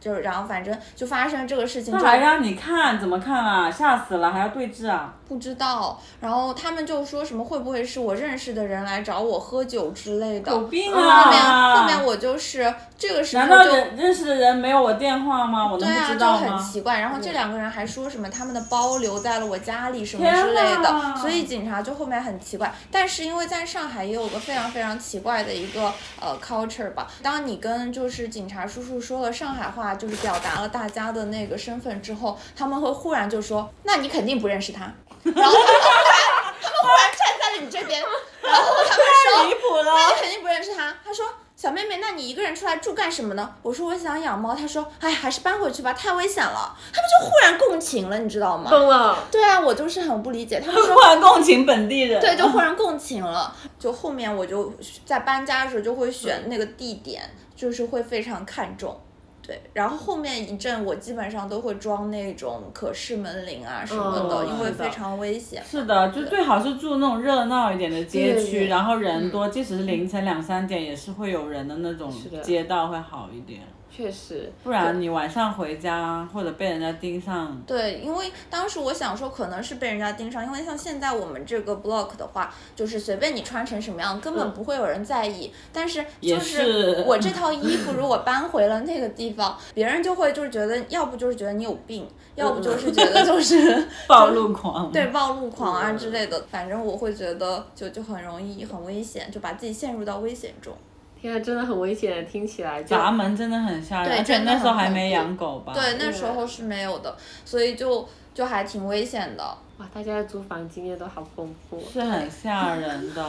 Speaker 4: 就是，然后反正就发生这个事情，
Speaker 1: 那
Speaker 4: 就
Speaker 1: 还让你看怎么看啊？吓死了，还要对峙啊？
Speaker 4: 不知道，然后他们就说什么会不会是我认识的人来找我喝酒之类的。
Speaker 1: 有病
Speaker 4: 后面
Speaker 1: 啊！
Speaker 4: 后面我就是这个时候
Speaker 1: 难道
Speaker 4: 就
Speaker 1: 人认识的人没有我电话吗？我
Speaker 4: 对
Speaker 1: 能
Speaker 4: 啊，
Speaker 1: 不知
Speaker 4: 就
Speaker 1: 道
Speaker 4: 很
Speaker 1: 吗？
Speaker 4: 奇怪。然后这两个人还说什么他们的包留在了我家里什么
Speaker 1: 天
Speaker 4: 之类的
Speaker 1: 哪，
Speaker 4: 所以警察就后面很奇怪。但是因为在上海也有个非常非常奇怪的一个呃 culture 吧，当你跟就是警察叔叔说了上海话，就是表达了大家的那个身份之后，他们会忽然就说，那你肯定不认识他。 然后他们忽然他们忽然站在了你这边， 然后他们说
Speaker 1: 离谱了！
Speaker 4: 他肯定不认识他。他说：“小妹妹，那你一个人出来住干什么呢？”我说：“我想养猫。”他说：“哎，还是搬回去吧，太危险了。”他们就忽然共情了，你知道吗？
Speaker 7: 疯了，
Speaker 4: 对啊，我就是很不理解，他们
Speaker 1: 突
Speaker 4: 说。
Speaker 1: 然共情本地人，
Speaker 4: 对，就忽然共情了。就后面我就在搬家的时候就会选那个地点，就是会非常看重。对，然后后面一阵我基本上都会装那种可视门铃啊什么的，
Speaker 1: 嗯
Speaker 4: 因为
Speaker 1: 是的
Speaker 4: 非常危险。
Speaker 1: 是的，就最好是住那种热闹一点的街
Speaker 7: 对对
Speaker 1: 区，然后人
Speaker 4: 嗯
Speaker 1: 多，即使是凌晨两三点也是会有人的那种
Speaker 7: 的
Speaker 1: 街道会好一点，
Speaker 7: 确实，
Speaker 1: 不然你晚上回家或者被人家盯上，
Speaker 4: 对，因为当时我想说，可能是被人家盯上，因为像现在我们这个 block 的话，就是随便你穿成什么样，根本不会有人在意。但是就
Speaker 1: 也
Speaker 4: 是
Speaker 1: 是
Speaker 4: 我这套衣服如果搬回了那个地方，别人就会就是觉得，要不就是觉得你有病，要不就是觉得就是
Speaker 1: 暴露狂。
Speaker 4: 对暴露狂啊之类的。反正我会觉得就就很容易很危险，就把自己陷入到危险中。
Speaker 7: 天啊，真的很危险，听起来就
Speaker 1: 闸门真的很吓人，
Speaker 2: 对
Speaker 1: 而且
Speaker 2: 真的
Speaker 1: 那时候
Speaker 2: 很
Speaker 1: 还
Speaker 2: 恐
Speaker 1: 没
Speaker 2: 怖
Speaker 1: 养狗吧？
Speaker 2: 对，那时候是没有的，所以就就还挺危险的。
Speaker 7: 哇，大家的租房经验都好丰富，
Speaker 1: 是很吓 人的。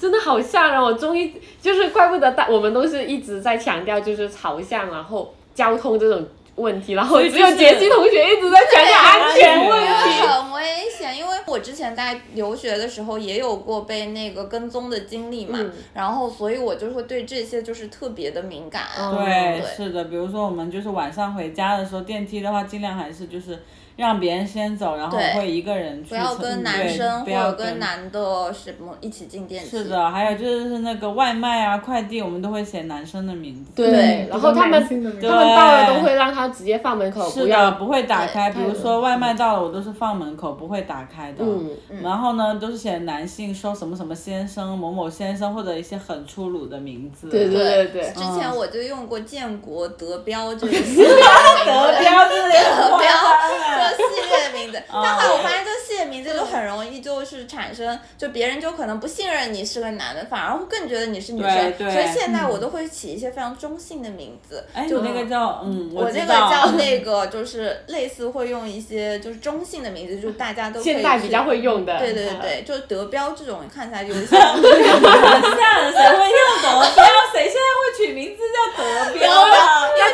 Speaker 7: 真的好吓人！我终于就是怪不得大我们都是一直在强调就是朝向，然后交通这种问题，然后
Speaker 1: 所以
Speaker 7: 只
Speaker 1: 就
Speaker 7: 有
Speaker 1: 是
Speaker 7: 杰西同学一直在强调安全问
Speaker 1: 对
Speaker 7: 题。
Speaker 2: 因为 很危险，因为我之前在留学的时候也有过被那个跟踪的经历嘛，
Speaker 7: 嗯
Speaker 2: 然后所以我就会对这些就是特别的敏感。
Speaker 7: 嗯
Speaker 1: 对，
Speaker 2: 对
Speaker 1: 是的，比如说我们就是晚上回家的时候，电梯的话，尽量还是就是让别人先走，然后
Speaker 2: 对
Speaker 1: 会一个人去
Speaker 2: 不
Speaker 1: 乘。
Speaker 2: 要
Speaker 7: 嗯
Speaker 2: 跟男
Speaker 1: 对
Speaker 2: 生
Speaker 1: 不
Speaker 2: 或
Speaker 1: 要
Speaker 2: 者跟。男的什么一起进电梯。
Speaker 1: 是，的，还有就是那个外卖啊、快递，我们都会写男生的名字。
Speaker 7: 对，然后他
Speaker 3: 这
Speaker 7: 们
Speaker 3: 个蛮新的名字
Speaker 7: 他们到了都会让他直接放门口，
Speaker 1: 是
Speaker 7: 不
Speaker 1: 的，
Speaker 7: 要
Speaker 1: 不会打开。比
Speaker 7: 对
Speaker 1: 如说外卖到了，我都是放门口，不会打开的。
Speaker 7: 嗯
Speaker 1: 然后呢，都是写男性，说什么什么先生、某某先生，或者一些很粗鲁的名字。
Speaker 7: 对对对对
Speaker 2: 之
Speaker 1: 嗯
Speaker 2: 前我就用过建国德标 这个系列的名字，
Speaker 1: 德标志也很
Speaker 2: 德
Speaker 1: 夸
Speaker 2: 标
Speaker 1: 张哎
Speaker 2: 这个系列的名字，但后来我发现这个系列名字就很容易就是产生，就别人就可能不信任你是个男的，反而会更觉得你是女生。
Speaker 1: 对对
Speaker 2: 所以现在我都会起一些非常中性的名字，
Speaker 1: 哎，你
Speaker 2: 就
Speaker 1: 那个叫嗯，
Speaker 2: 我
Speaker 1: 知
Speaker 2: 那个
Speaker 1: 道。
Speaker 2: 叫那个，就是类似会用一些就是中性的名字，就大家都可以
Speaker 7: 现代比
Speaker 2: 去
Speaker 7: 较。会用的。
Speaker 2: 对对对
Speaker 7: 啊。
Speaker 2: 对，就德标这种看起来有一些
Speaker 1: 吓人，谁会用德标？谁现在会取名字叫德标啊？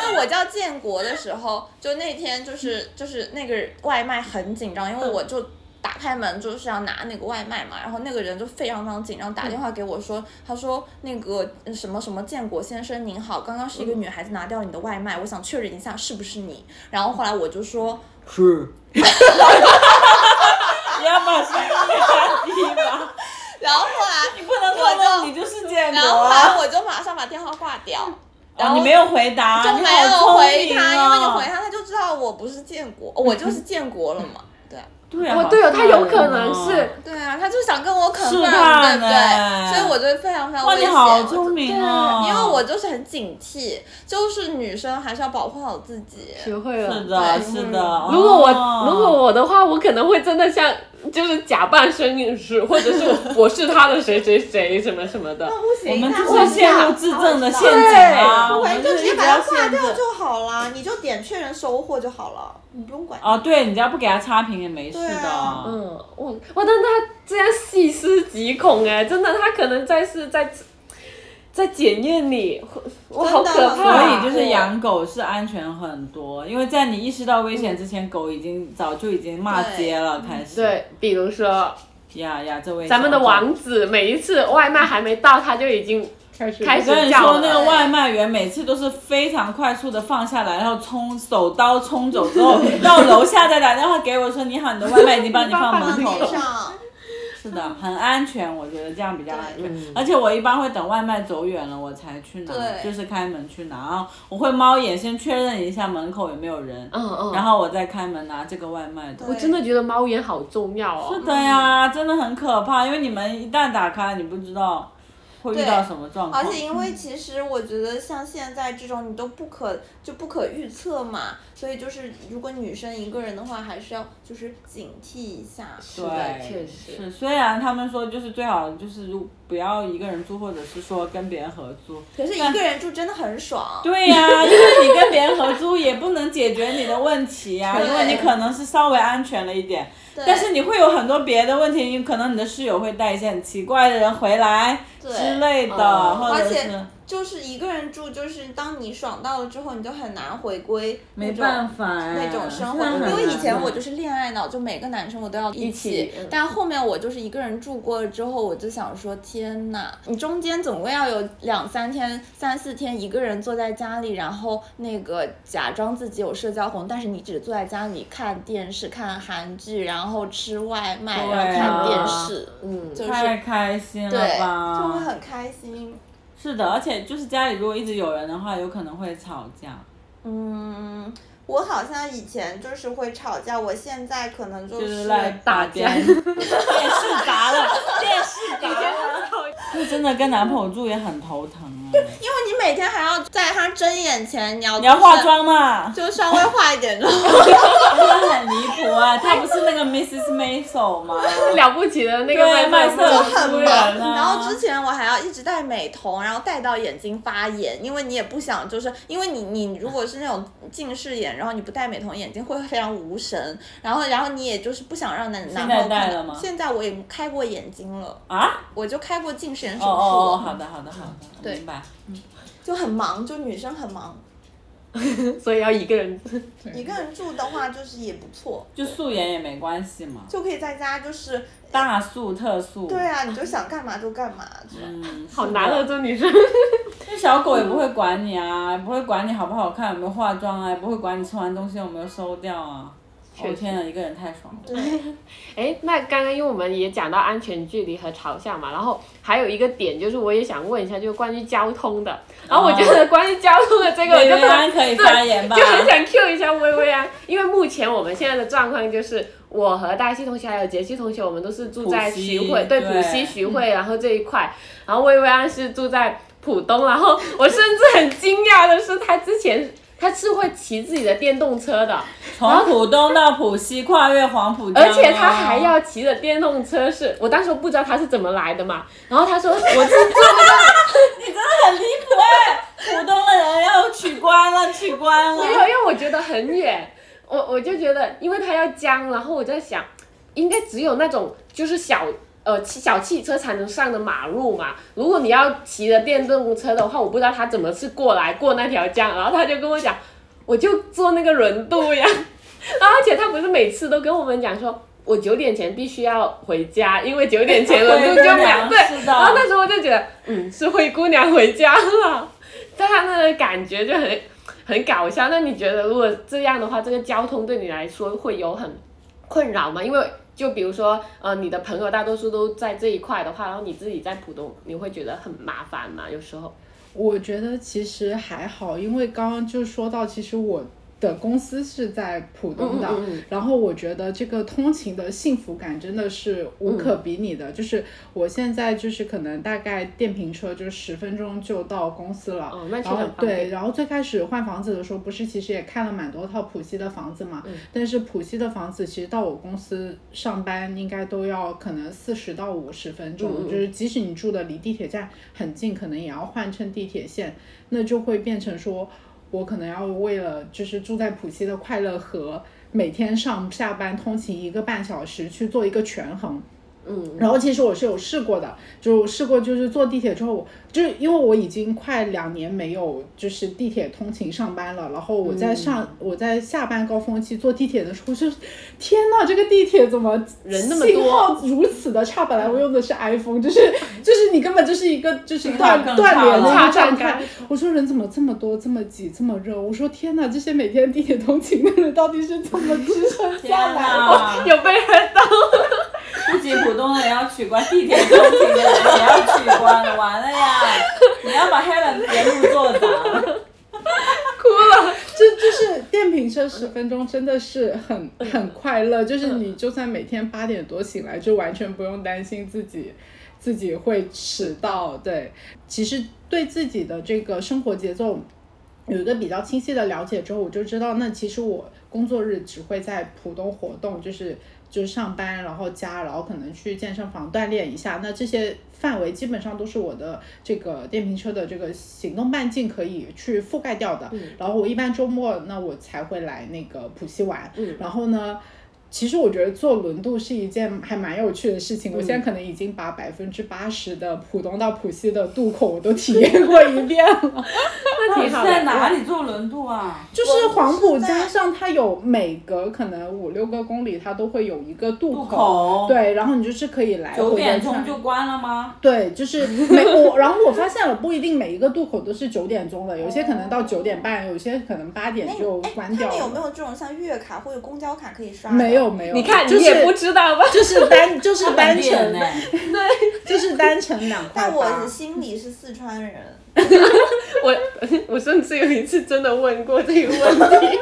Speaker 2: 因为我叫建国的时候，就那天 就是就是那个外卖很紧张，因为嗯我就。打开门就是要拿那个外卖嘛，然后那个人就非常非常紧张，打电话给我说，他说那个呃什么什么建国先生您好，刚刚是一个女孩子拿掉你的外卖，我想确认一下是不是你。然后后来我就说，
Speaker 1: 是。你要把声音压低吧，
Speaker 2: 然后后来
Speaker 1: 不能说那你就是建
Speaker 2: 然
Speaker 1: 国
Speaker 2: 后后来
Speaker 1: 啊！
Speaker 2: 我就马上把电话挂掉，然
Speaker 1: 哦，
Speaker 2: 后
Speaker 1: 你没有回答，
Speaker 2: 就
Speaker 1: 你
Speaker 2: 没
Speaker 1: 好
Speaker 2: 有
Speaker 1: 聪
Speaker 2: 回
Speaker 1: 明
Speaker 2: 他，因为你啊
Speaker 1: 哦
Speaker 2: 回他他就知道我不是建国，哦我就是建国了嘛。对
Speaker 1: 对啊，
Speaker 7: 哦，对哦，他有可能
Speaker 1: 好聪
Speaker 7: 是
Speaker 1: 明哦。
Speaker 2: 对啊，他就想跟我 confirm，
Speaker 1: 试
Speaker 2: 对
Speaker 1: 探
Speaker 2: 不
Speaker 1: 呢
Speaker 2: 对？所以我就非常非常
Speaker 1: 哇，
Speaker 2: 危
Speaker 1: 你
Speaker 2: 险。
Speaker 1: 好
Speaker 2: 我就
Speaker 1: 聪明哦！
Speaker 2: 因为我就是很警惕，就是女生还是要保护好自己。
Speaker 7: 学会了。
Speaker 1: 是的，是的。
Speaker 7: 嗯如果我、
Speaker 1: 哦
Speaker 7: 如果我的话，我可能会真的像就是假扮生日是，或者是我我是他的谁谁谁什么什么的。
Speaker 4: 不行，啊
Speaker 1: 我们
Speaker 4: 那
Speaker 1: 就是陷入自证的陷阱啊，
Speaker 4: 不
Speaker 1: 我
Speaker 4: 回
Speaker 1: 们
Speaker 4: 就直
Speaker 1: 是一
Speaker 4: 接
Speaker 1: 直
Speaker 4: 把
Speaker 1: 要
Speaker 4: 它挂
Speaker 1: 陷
Speaker 4: 掉
Speaker 1: 阱。
Speaker 4: 就好啦，你就点确认收货就好了，你不用管。
Speaker 1: 哦，对，你只要不给他差评也没事
Speaker 4: 对啊
Speaker 1: 的。哦
Speaker 7: 嗯，我我但他这样细思极恐哎，真的，他可能在是在在检验你，我好
Speaker 4: 真的
Speaker 7: 可
Speaker 4: 很
Speaker 1: 所
Speaker 7: 怕。啊
Speaker 1: 以就是养狗是安全很多，因为在你意识到危险之前，狗已经早就已经骂街了，开始。
Speaker 7: 对，比如说
Speaker 1: 呀呀，这位
Speaker 7: 咱们的
Speaker 1: 小狗。
Speaker 7: 王子，每一次外卖还没到，他就已经
Speaker 3: 开始
Speaker 7: 开始
Speaker 1: 我跟你
Speaker 7: 叫
Speaker 1: 说，
Speaker 7: 了
Speaker 1: 那个外卖员每次都是非常快速的放下来，然后冲手刀冲走之后，到楼下再打电话给我说：“你好，你的外卖已经帮你放门口了。”
Speaker 4: 上，
Speaker 1: 是的，很安全，我觉得这样比较安全。
Speaker 7: 嗯
Speaker 1: 而且我一般会等外卖走远了，我才去拿，
Speaker 2: 对
Speaker 1: 就是开门去拿。然后我会猫眼先确认一下门口有没有人，
Speaker 7: 嗯嗯，
Speaker 1: 然后我再开门拿这个外卖的。
Speaker 7: 我真的觉得猫眼好重要哦。
Speaker 1: 是的呀，真的很可怕，因为你们一旦打开，你不知道会遇到什么状况
Speaker 4: 而。且因为其实我觉得像现在这种你都不可就不可预测嘛，所以就是如果女生一个人的话，还是要就是警惕一下。
Speaker 7: 的
Speaker 1: 对，
Speaker 7: 确实
Speaker 1: 是。虽然他们说就是最好就是如不要一个人住，或者是说跟别人合租。
Speaker 4: 可是一个人住真的很爽。
Speaker 1: 对呀、因为你跟别人合租也不能解决你的问题呀、
Speaker 4: 对
Speaker 1: 因为你可能是稍微安全了一点，但是你会有很多别的问题，你可能你的室友会带一些很奇怪的人回来之类的，
Speaker 7: 哦
Speaker 1: 或者
Speaker 4: 而且
Speaker 1: 是
Speaker 4: 就是一个人住，就是当你爽到了之后，你就很难回归那
Speaker 1: 没
Speaker 4: 种
Speaker 1: 办法哎
Speaker 4: 那种生活。
Speaker 1: 真的很
Speaker 4: 因为以
Speaker 1: 难
Speaker 4: 前我
Speaker 1: 弄
Speaker 4: 就是恋爱脑，就每个男生我都要一
Speaker 7: 一起嗯
Speaker 4: 但后面我就是一个人住过了之后，我就想说，天呐，你中间总归要有两三天、三四天一个人坐在家里，然后那个假装自己有社交活动，但是你只坐在家里看电视、看韩剧，然后吃外卖，
Speaker 1: 对
Speaker 4: 然后看电
Speaker 1: 啊
Speaker 4: 视，
Speaker 7: 嗯，
Speaker 4: 就是
Speaker 1: 太开心了
Speaker 4: 对，就会
Speaker 1: 吧？
Speaker 4: 很开心。
Speaker 1: 是的，而且就是家里如果一直有人的话，有可能会吵架，
Speaker 4: 嗯，我好像以前就是会吵架，我现在可能就
Speaker 1: 就是是来打电 电视砸 了，电视砸了。那真的跟男朋友住也很头疼啊。
Speaker 4: 因为你
Speaker 2: 每天还要在他睁眼前，你要
Speaker 1: 你要化，妆嘛？
Speaker 2: 就稍微化一点妆。
Speaker 1: 真的很离谱啊！她不是那个 Mrs. Maisel 吗？
Speaker 7: 了不起的那个
Speaker 1: 对，麦瑟
Speaker 2: 就
Speaker 1: 尔
Speaker 2: 很
Speaker 1: 夫
Speaker 2: 忙，
Speaker 1: 人啊。
Speaker 2: 然后之前我还要一直戴美瞳，然后戴到眼睛发炎，因为你也不想，就是因为你你如果是那种近视眼，然后你不戴美瞳，眼睛会非常无神，然后然后你也就是不想让男男
Speaker 1: 现在
Speaker 2: 朋友
Speaker 1: 戴
Speaker 2: 看到
Speaker 1: 了吗
Speaker 2: 现在我也开过眼睛了，
Speaker 1: 啊？
Speaker 2: 我就开过近视眼手
Speaker 1: 哦
Speaker 2: 术，
Speaker 1: 哦
Speaker 7: 啊
Speaker 1: 哦，好的好的好的，
Speaker 2: 对
Speaker 1: 明白。
Speaker 2: 就很忙，就女生很忙，
Speaker 7: 所以要一个人。
Speaker 2: 一个人住的话就是也不错，
Speaker 1: 就素颜也没关系嘛，
Speaker 2: 就可以在家就是。
Speaker 1: 大素特素。
Speaker 2: 对啊，你就想干嘛就干嘛，这样
Speaker 1: 嗯，
Speaker 7: 好
Speaker 1: 是
Speaker 7: 难
Speaker 1: 的
Speaker 7: 啊，做女生。
Speaker 1: 那小狗也不会管你啊，也不会管你好不好看，有没有化妆啊，也不会管你吃完东西有没有收掉啊。我、
Speaker 7: 确实
Speaker 1: 天呐，一个人太爽了。
Speaker 7: 哎，那刚刚因为我们也讲到安全距离和朝向嘛，然后还有一个点就是我也想问一下，就是关于交通的。然后我觉得关于交通的这个，我
Speaker 1: 薇
Speaker 7: 就
Speaker 1: 薇
Speaker 7: 很
Speaker 1: 安可以发言吧
Speaker 7: 对，就很想 Q 一下薇薇安，因为目前我们现在的状况就是。我和大西同学还有杰西同学，我们都是住在
Speaker 1: 浦西
Speaker 7: 徐汇，对
Speaker 1: 对
Speaker 7: 浦西徐汇，然后这一块，然后薇薇安是住在浦东，然后我甚至很惊讶的是，她之前她是会骑自己的电动 车的，
Speaker 1: 从浦东到浦西，跨越黄浦江哦、
Speaker 7: 而且他还要骑着电动车是，我当时不知道他是怎么来的嘛，然后 他说我是
Speaker 1: 很离谱哎！浦东的人要取关了，取关
Speaker 7: 没有，因
Speaker 1: 了。
Speaker 7: 为我觉得很远，我我就觉得，因为他要江，然后我在想，应该只有那种就是小呃汽小汽车才能上的马路嘛，如果你要骑着电动车的话，我不知道他怎么是过来过那条江，然后他就跟我讲，我就坐那个轮渡呀。 然后而且他不是每次都跟我们讲说，我九点前必须要回家，因为九点前轮渡就秒 对。啊
Speaker 1: 是的
Speaker 7: 然后那时候我就觉得，嗯，是灰姑娘回家了，但他那个感觉就很很搞笑。那你觉得如果这样的话，这个交通对你来说会有很困扰吗？因为就比如说，呃，你的朋友大多数都在这一块的话，然后你自己在浦东，你会觉得很麻烦吗？有时候，
Speaker 3: 我觉得其实还好，因为刚刚就说到，其实我的公司是在浦东的，
Speaker 7: 嗯嗯嗯
Speaker 3: 然后我觉得这个通勤的幸福感真的是无可比拟的。就是我现在就是可能大概电瓶车就十分钟就到公司了，
Speaker 7: 哦那
Speaker 3: 然
Speaker 7: 确实
Speaker 3: 后
Speaker 7: 很方便
Speaker 3: 对，然后最开始换房子的时候，不是其实也看了蛮多套浦西的房子嘛，
Speaker 7: 嗯
Speaker 3: 但是浦西的房子其实到我公司上班应该都要可能四十到五十分钟，
Speaker 7: 嗯嗯
Speaker 3: 就是即使你住的离地铁站很近，可能也要换乘地铁线，那就会变成说，我可能要为了就是住在浦西的快乐和每天上下班通勤一个半小时去做一个权衡。
Speaker 7: 嗯，
Speaker 3: 然后其实我是有试过的，就试过就是坐地铁之后，就是因为我已经快两年没有就是地铁通勤上班了，然后我
Speaker 7: 嗯
Speaker 3: 在上、我在下班高峰期坐地铁的时候就，天呐，这个地铁怎么
Speaker 7: 人那么
Speaker 3: 信
Speaker 7: 多
Speaker 3: 号如此的差？本来我用的是 iPhone，就是就是你根本就是一个就是
Speaker 1: 信号
Speaker 3: 断
Speaker 1: 更
Speaker 3: 断
Speaker 1: 差
Speaker 3: 联的一
Speaker 7: 了
Speaker 3: 个状
Speaker 7: 差
Speaker 3: 态。 我说人怎么这么多，这么挤，这么热？我说天呐，这些每天地铁通勤的人到底是怎么支撑
Speaker 1: 天
Speaker 3: 下来的？
Speaker 1: 呐，
Speaker 7: 啊有被人到，
Speaker 1: 不仅浦东的人要取关，地铁通勤的人也要取关了，完了呀！你要把 Helen 节目做砸了。
Speaker 3: 这就是电瓶车十分钟，真的是很很快乐。就是你就算每天八点多醒来，就完全不用担心自己自己会迟到。对，其实对自己的这个生活节奏有一个比较清晰的了解之后，我就知道，那其实我工作日只会在浦东活动，就是就是上班，然后家，然后可能去健身房锻炼一下。那这些范围基本上都是我的这个电瓶车的这个行动半径可以去覆盖掉的。然后我一般周末那我才会来那个浦西玩。然后呢？其实我觉得坐轮渡是一件还蛮有趣的事情。我现在可能已经把百分之八十的浦东到浦西的渡口我都体验过一遍了。
Speaker 7: 那挺
Speaker 1: 是
Speaker 7: 好
Speaker 1: 在
Speaker 7: 的。
Speaker 1: 哪里坐轮渡啊？
Speaker 3: 就是黄浦江上，它有每隔可能五六个公里，它都会有一个渡
Speaker 1: 渡口
Speaker 3: 对，然后你就是可以来回
Speaker 1: 九
Speaker 3: 的
Speaker 1: 点
Speaker 3: 穿
Speaker 1: 钟就关了吗？
Speaker 3: 对，就是每我，然后我发现了，不一定每一个渡口都是九点钟的，有些可能到九点半，有些可能八点
Speaker 4: 那
Speaker 3: 就
Speaker 4: 哎，他
Speaker 3: 关掉
Speaker 4: 们
Speaker 3: 了。
Speaker 4: 有没有这种像月卡或者公交卡可以刷？
Speaker 3: 没有。没有，
Speaker 7: 你看，
Speaker 3: 就
Speaker 7: 你
Speaker 3: 是
Speaker 7: 也不知道吧？
Speaker 3: 就是单就是单
Speaker 1: 点呢
Speaker 3: 程，？就是单程两块
Speaker 4: 但我
Speaker 3: 八
Speaker 4: 的。心里是四川人，
Speaker 7: 我我甚至有一次真的问过这个问题。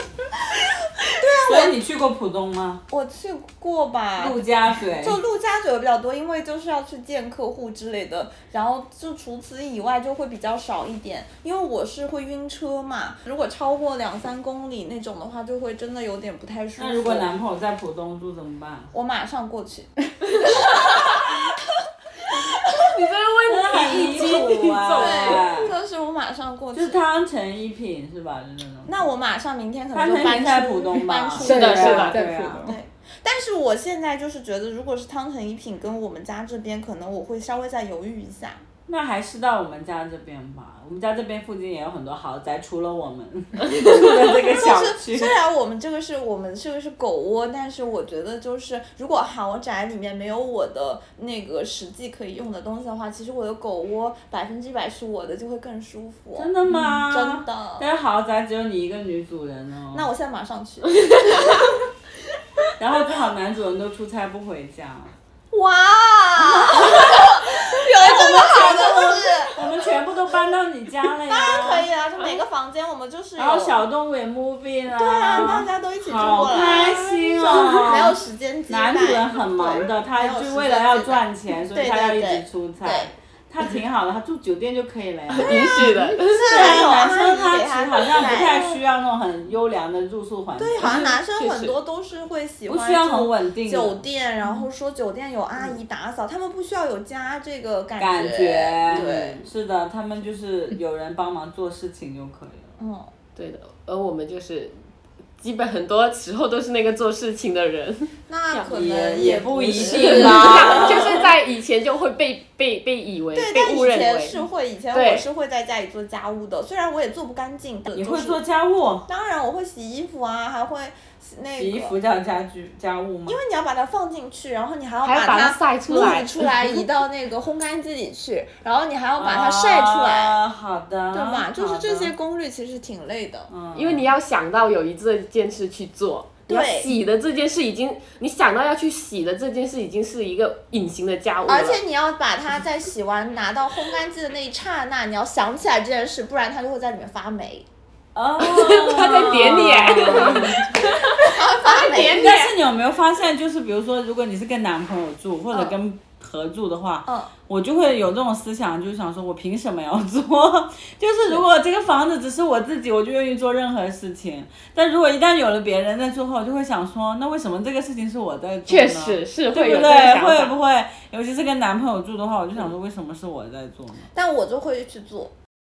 Speaker 7: 对啊，
Speaker 1: 所以你去过浦东吗？
Speaker 4: 我去过吧，
Speaker 1: 陆家嘴。
Speaker 4: 就陆家嘴比较多，因为就是要去见客户之类的，然后就除此以外就会比较少一点，因为我是会晕车嘛，如果超过两三公里那种的话，就会真的有点不太舒服。
Speaker 1: 那如果男朋友在浦东住怎么办？
Speaker 4: 我马上过去，
Speaker 1: 你这个问题一击你走啊！
Speaker 4: 对，就是我马上过去。
Speaker 1: 就是汤臣一品是吧？就那种。
Speaker 4: 那我马上明天可
Speaker 1: 他
Speaker 4: 能就
Speaker 1: 肯
Speaker 4: 搬
Speaker 1: 定
Speaker 4: 出
Speaker 1: 在浦东
Speaker 4: 搬
Speaker 1: 吧？
Speaker 4: 出
Speaker 7: 是的
Speaker 4: 去
Speaker 7: 是
Speaker 4: 了
Speaker 1: 对
Speaker 7: 的
Speaker 3: 在浦
Speaker 1: 啊。
Speaker 3: 东。
Speaker 4: 但是我现在就是觉得，如果是汤臣一品跟我们家这边，可能我会稍微再犹豫一下。
Speaker 1: 那还是到我们家这边吧，我们家这边附近也有很多豪宅，除了我们住的这个小区。
Speaker 4: 虽然我们这个是我们这个是狗窝，但是我觉得就是如果豪宅里面没有我的那个实际可以用的东西的话，其实我的狗窝百分之百是我的，就会更舒服。
Speaker 1: 真的吗？
Speaker 4: 嗯
Speaker 1: 啊
Speaker 4: 真的
Speaker 1: 但是豪宅只有你一个女主人哦。
Speaker 4: 那我现在马上去。
Speaker 1: 然后最好男主人都出差不回家。
Speaker 4: 哇，有这么好的事，
Speaker 1: 我们全部都搬到你家了呀。
Speaker 4: 可以啊！就每个房间我们就是
Speaker 1: 然后
Speaker 4: 有
Speaker 1: 小动物也 moving 了。对
Speaker 4: 对啊，大家都一起住
Speaker 1: 好
Speaker 4: 过
Speaker 1: 开
Speaker 4: 来，
Speaker 1: 心哦！
Speaker 4: 没有时间接待。
Speaker 1: 男主人很忙的，
Speaker 4: 对没
Speaker 1: 他
Speaker 4: 有
Speaker 1: 就
Speaker 4: 时
Speaker 1: 为
Speaker 4: 间
Speaker 1: 了要
Speaker 4: 接待
Speaker 1: 赚钱，所以
Speaker 4: 对
Speaker 1: 他要
Speaker 4: 对
Speaker 1: 一
Speaker 4: 对
Speaker 1: 直出差
Speaker 4: 对。
Speaker 1: 他挺好的，他住酒店就可以了 呀。
Speaker 7: 允许的。
Speaker 4: 是
Speaker 1: 对
Speaker 4: 啊，有
Speaker 1: 啊，
Speaker 4: 阿
Speaker 1: 男生他
Speaker 4: 姨给
Speaker 1: 其
Speaker 4: 他
Speaker 1: 实好像不太
Speaker 4: 带
Speaker 1: 需要那种很优良的住宿环境，
Speaker 4: 对，好像男生很多都是会喜
Speaker 1: 不
Speaker 4: 欢
Speaker 1: 需要
Speaker 4: 住
Speaker 1: 很稳定的
Speaker 4: 酒店，然后说酒店有阿姨打扫，他们不需要有家这个感
Speaker 1: 感
Speaker 4: 觉。
Speaker 1: 觉。
Speaker 4: 对，
Speaker 1: 是的，他们就是有人帮忙做事情就可以了。
Speaker 4: 嗯，
Speaker 7: 对的， 而我们就是基本很多时候都是那个做事情的人，
Speaker 4: 那可
Speaker 1: 也
Speaker 4: 能
Speaker 1: 也
Speaker 4: 不
Speaker 1: 不一
Speaker 4: 是
Speaker 1: 定 吧
Speaker 7: 就是在以前就会被被被以为
Speaker 4: 对，
Speaker 7: 被
Speaker 4: 但
Speaker 7: 误
Speaker 4: 以
Speaker 7: 认
Speaker 4: 前
Speaker 7: 为
Speaker 4: 是会，以前
Speaker 7: 对
Speaker 4: 我是会在家里做家务的，虽然我也做不干净。
Speaker 1: 你
Speaker 4: 你
Speaker 1: 会做？家务？
Speaker 4: 当然，我会洗衣服啊，还会洗那个。
Speaker 1: 洗衣服叫家居家务吗？
Speaker 4: 因为你要把它放进去，然后你还要
Speaker 7: 还要把它
Speaker 4: 它
Speaker 7: 晒出来
Speaker 4: 弄出来移到那个烘干机里去，然后你还要把它晒出 来，
Speaker 1: 啊、好的，
Speaker 4: 对吧？就是这些
Speaker 1: 好的，
Speaker 4: 功率其实挺累的。
Speaker 1: 嗯
Speaker 7: 因为你要想到有一这件事去做。你
Speaker 4: 对
Speaker 7: 要洗的这件事已经，你想到要去洗的这件事已经是一个隐形的家务了。
Speaker 4: 而且你要把它在洗完拿到烘干机的那一刹那，你要想起来这件事，不然它就会在里面发 霉，
Speaker 1: 哦，
Speaker 7: 他在点你哎
Speaker 4: 它会发霉。
Speaker 1: 但是你有没有发现，就是比如说，如果你是跟男朋友住或
Speaker 7: 嗯
Speaker 1: 者跟合住的话，
Speaker 4: 嗯
Speaker 1: 我就会有这种思想，就是想说我凭什么要做？ 就是如果这个房子只是我自己，我就愿意做任何事情。但如果一旦有了别人在做后，我就会想说，那为什么这个事情是我在做呢？
Speaker 7: 确实是
Speaker 1: 对
Speaker 7: 会有
Speaker 1: 不
Speaker 7: 这个
Speaker 1: 对？
Speaker 7: 想法。
Speaker 1: 会不会，尤其是跟男朋友住的话，我就想说，为什么是我在做呢？
Speaker 4: 但我就会去做，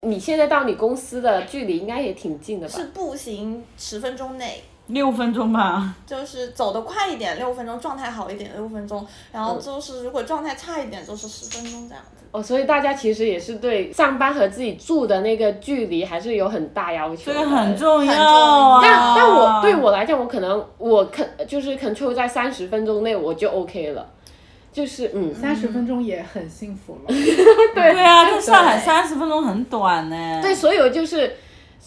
Speaker 7: 你现在到你公司的距离应该也挺近的吧？
Speaker 4: 是步行十分钟内，
Speaker 7: 嗯
Speaker 1: 六分钟吧，
Speaker 4: 就是走得快一点六分钟，状态好一点六分钟，然
Speaker 7: 嗯
Speaker 4: 后就是如果状态差一点就是十分钟这样子。
Speaker 7: 哦，所以大家其实也是对上班和自己住的那个距离还是有很大要
Speaker 1: 这
Speaker 7: 求的。
Speaker 1: 个很重
Speaker 4: 很重
Speaker 1: 要啊。
Speaker 4: 要
Speaker 7: 但但我对我来讲，我可能我肯就是 control 在三十分钟内我就 OK 了，就是嗯，
Speaker 3: 三十分钟也很幸福了。
Speaker 1: 对啊，在上海
Speaker 4: 对
Speaker 1: 三十分钟很短呢、
Speaker 7: 对，所以我就是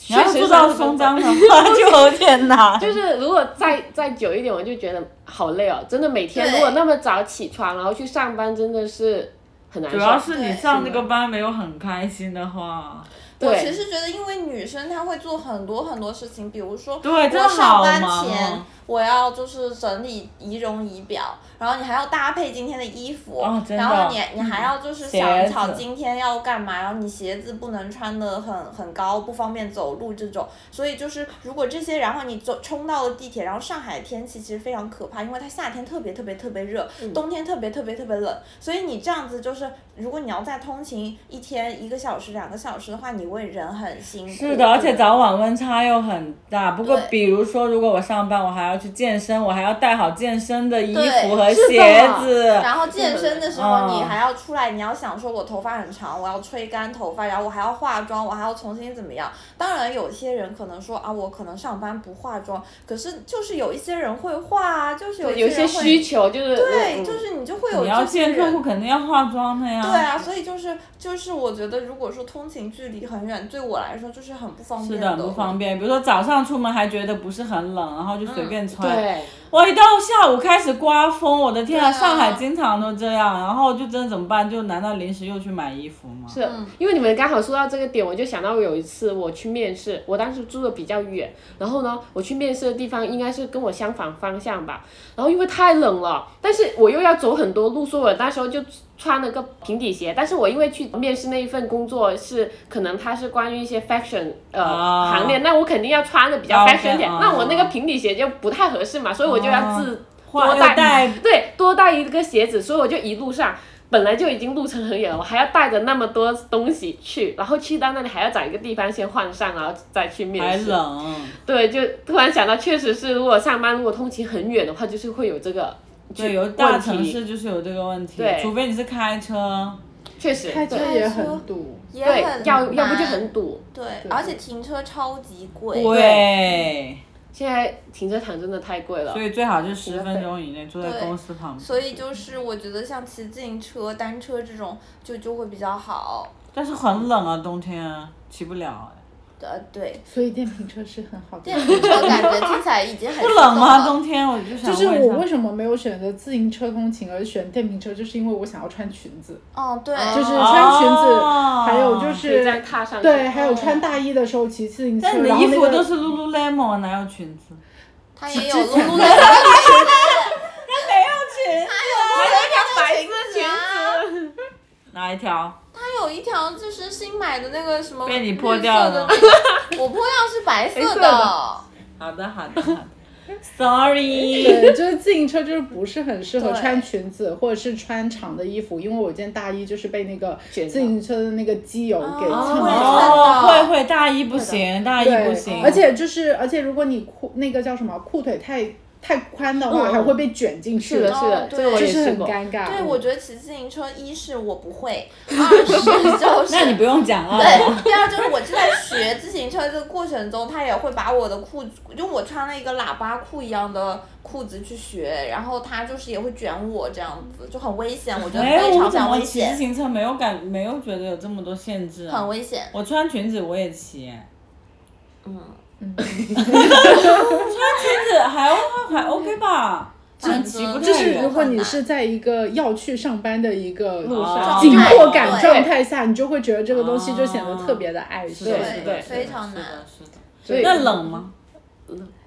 Speaker 1: 你要
Speaker 7: 确
Speaker 1: 是
Speaker 7: 实
Speaker 1: 住到
Speaker 7: 30分
Speaker 1: 松
Speaker 7: 钟
Speaker 1: 江的 话，就有点难。
Speaker 7: 就是如果再再久一点，我就觉得好累哦，真的每天
Speaker 4: 对
Speaker 7: 如果那么早起床，然后去上班，真的是很难
Speaker 1: 主要
Speaker 7: 受。
Speaker 1: 是你上这个班没有很开心的话，
Speaker 4: 我
Speaker 7: 对
Speaker 4: 其实觉得，因为女生她会做很多很多事情，比如说，
Speaker 1: 对真的
Speaker 4: 我
Speaker 1: 好
Speaker 4: 上班
Speaker 1: 忙哦
Speaker 4: 前我要就是整理仪容仪表，然后你还要搭配今天的衣服，
Speaker 1: 哦真的
Speaker 4: 然后你你还要就是
Speaker 1: 鞋
Speaker 4: 想
Speaker 1: 子
Speaker 4: 好今天要干嘛，然后你鞋子不能穿的很很高，不方便走路这种。所以就是如果这些，然后你走冲到了地铁，然后上海天气其实非常可怕，因为它夏天特别特别特别热，
Speaker 1: 嗯
Speaker 4: 冬天特别特别特别冷，所以你这样子就是，如果你要再通勤一天一个小时两个小时的话，你会人很辛苦。
Speaker 1: 是的，而且早晚温差又很大。不过
Speaker 4: 对，
Speaker 1: 比如说，如果我上班，我还要去健身，我还要带好健身的衣
Speaker 4: 对
Speaker 1: 服和
Speaker 7: 是的
Speaker 1: 鞋子。
Speaker 4: 然后健身的时候，
Speaker 1: 嗯
Speaker 4: 你还要出来，你要想说，我头发很长，我要吹干头发，然后我还要化妆，我还要重新怎么样？当然，有些人可能说啊，我可能上班不化妆，可是就是有一些人会化啊，就是
Speaker 7: 有
Speaker 4: 一
Speaker 7: 些
Speaker 4: 人
Speaker 7: 需
Speaker 4: 会。
Speaker 7: 求就是
Speaker 4: 对，
Speaker 7: 嗯
Speaker 4: 就是你就会有
Speaker 1: 你要
Speaker 4: 这些
Speaker 1: 见客户，
Speaker 4: 人，
Speaker 1: 肯定要化妆方的呀。
Speaker 2: 对啊，所以就是就是，我觉得如果说通勤距离很远，对我来说就是很不方
Speaker 1: 是
Speaker 2: 便
Speaker 1: 的，很不方便。比如说早上出门还觉得不是很冷，然后就随便穿。
Speaker 7: 对，
Speaker 1: 哇，一到下午开始刮风，我的天啊！
Speaker 2: 对啊
Speaker 1: 上海经常都这样，然后就真的怎么办？就难道临时又去买衣服吗？
Speaker 7: 是因为你们刚好说到这个点，我就想到有一次我去面试，我当时住的比较远，然后呢，我去面试的地方应该是跟我相反方向吧，然后因为太冷了，但是我又要走很多路，所以我那时候就穿了个平底鞋，但是我因为去面试那一份工作是可能它是关于一些 fashion 呃、
Speaker 1: 啊
Speaker 7: 行列，那我肯定要穿的比较
Speaker 1: 啊
Speaker 7: fashion 点，
Speaker 1: 啊
Speaker 7: 那我那个平底鞋就不太合适嘛，所以我就要自。
Speaker 1: 哇
Speaker 7: 多
Speaker 1: 哦又带
Speaker 7: 带对多带一个鞋子，所以我就一路上本来就已经路程很远了，我还要带着那么多东西去，然后去到那里还要找一个地方先换上，然后再去
Speaker 1: 还
Speaker 7: 面试。
Speaker 1: 冷，
Speaker 7: 对，就突然想到，确实是如果上班如果通勤很远的话，就是会有这个
Speaker 1: 对，有大城市就是有这个问题，
Speaker 7: 对
Speaker 1: 除非你是开车。
Speaker 7: 确实
Speaker 3: 开车
Speaker 7: 对啊
Speaker 3: 也很堵，
Speaker 4: 也
Speaker 7: 对
Speaker 4: 很，
Speaker 7: 要要不
Speaker 4: 难
Speaker 7: 就很堵。
Speaker 4: 对，而且停车超级贵。
Speaker 1: 对，
Speaker 7: 现在停车场真的太贵了
Speaker 1: 所，以最好就十分钟以内坐在
Speaker 4: 对
Speaker 1: 公司旁边。
Speaker 4: 所以就是我觉得像骑自行车、单车这种就就会比较好。
Speaker 1: 但是很冷啊，冬天啊骑不了哎。
Speaker 4: 呃，对，
Speaker 3: 所以电瓶车是很好的。
Speaker 4: 电瓶车感觉听起来已经很
Speaker 1: 不 冷
Speaker 4: 心
Speaker 1: 吗？
Speaker 4: 动了
Speaker 1: 冬天我就想
Speaker 3: 就
Speaker 1: 问一
Speaker 3: 是
Speaker 1: 下
Speaker 3: 我为什么没有选择自行车通勤而选电瓶车，就是因为我想要穿裙子，
Speaker 4: 哦，对，
Speaker 3: 就是穿裙子，
Speaker 1: 哦
Speaker 3: 还有就
Speaker 7: 所以这样
Speaker 3: 是
Speaker 7: 踏上去
Speaker 3: 对，还有穿大衣的时候骑自行车，
Speaker 1: 但你的
Speaker 3: 然后
Speaker 1: 衣
Speaker 3: 那
Speaker 1: 服
Speaker 3: 个
Speaker 1: 都是 Lululemon，哪啊有裙子？
Speaker 4: 它也有啊
Speaker 3: 之前
Speaker 4: lululemon 的
Speaker 7: 白色
Speaker 4: 裙子，
Speaker 1: 哪一条？
Speaker 4: 它有一条就是新买的那个什么
Speaker 1: 被你
Speaker 4: 绿
Speaker 1: 破
Speaker 4: 色
Speaker 1: 掉
Speaker 4: 的
Speaker 1: 了
Speaker 4: 那个，我破掉 是白色
Speaker 7: 色
Speaker 4: 的
Speaker 1: 啊
Speaker 7: 的，
Speaker 1: 好的，好的，好的。Sorry，
Speaker 3: 对，就是自行车就是不是很适合
Speaker 4: 对
Speaker 3: 穿裙子或者是穿长的衣服，因为我件大衣就是被那个
Speaker 7: 卷
Speaker 3: 自
Speaker 7: 的
Speaker 3: 行车的那个机油给蹭
Speaker 4: 会
Speaker 3: 到。
Speaker 1: 哦，
Speaker 4: 会
Speaker 1: 会
Speaker 4: 的
Speaker 1: 会，大衣不行，大衣不
Speaker 3: 对，
Speaker 1: 行，
Speaker 3: 而且就是而且如果你裤那个叫什么裤腿太太宽的话，
Speaker 7: 嗯嗯
Speaker 3: 还会被卷进去
Speaker 7: 是的，
Speaker 3: 的
Speaker 7: 是的，
Speaker 4: 对
Speaker 7: 这个我
Speaker 3: 就
Speaker 7: 也
Speaker 3: 是
Speaker 7: 试
Speaker 3: 很
Speaker 7: 过。
Speaker 3: 尴尬。
Speaker 4: 对，我觉得骑自行车，一是我不 会，二是就是
Speaker 1: 那你不用讲啊。
Speaker 4: 对，第二就是我就在学自行车这个过程中，他也会把我的裤子，就我穿了一个喇叭裤一样的裤子去学，然后他就是也会卷我这样子，就很危险，我觉得
Speaker 1: 哎，
Speaker 4: 非
Speaker 1: 我
Speaker 4: 常非
Speaker 1: 怎
Speaker 4: 常
Speaker 1: 么
Speaker 4: 危
Speaker 1: 骑自
Speaker 4: 险，
Speaker 1: 行车没有感，没有觉得有这么多限制啊
Speaker 4: 很？危险。嗯
Speaker 1: 我穿裙子我也骑，哎裙子还 OK 还 OK 吧，反正骑不太
Speaker 3: 就
Speaker 1: 远
Speaker 3: 是如果
Speaker 4: 很
Speaker 3: 你
Speaker 4: 难
Speaker 3: 是在一个要去上班的一个路
Speaker 1: 上哦
Speaker 3: 紧迫
Speaker 4: 状
Speaker 3: 感
Speaker 4: 态
Speaker 3: 状态下，你就会觉得这个东西就显得特别的碍事。
Speaker 1: 对
Speaker 4: 对
Speaker 1: 哦是的，
Speaker 4: 非
Speaker 1: 是的
Speaker 4: 常难
Speaker 1: 是的是的
Speaker 3: 所以
Speaker 1: 那冷吗？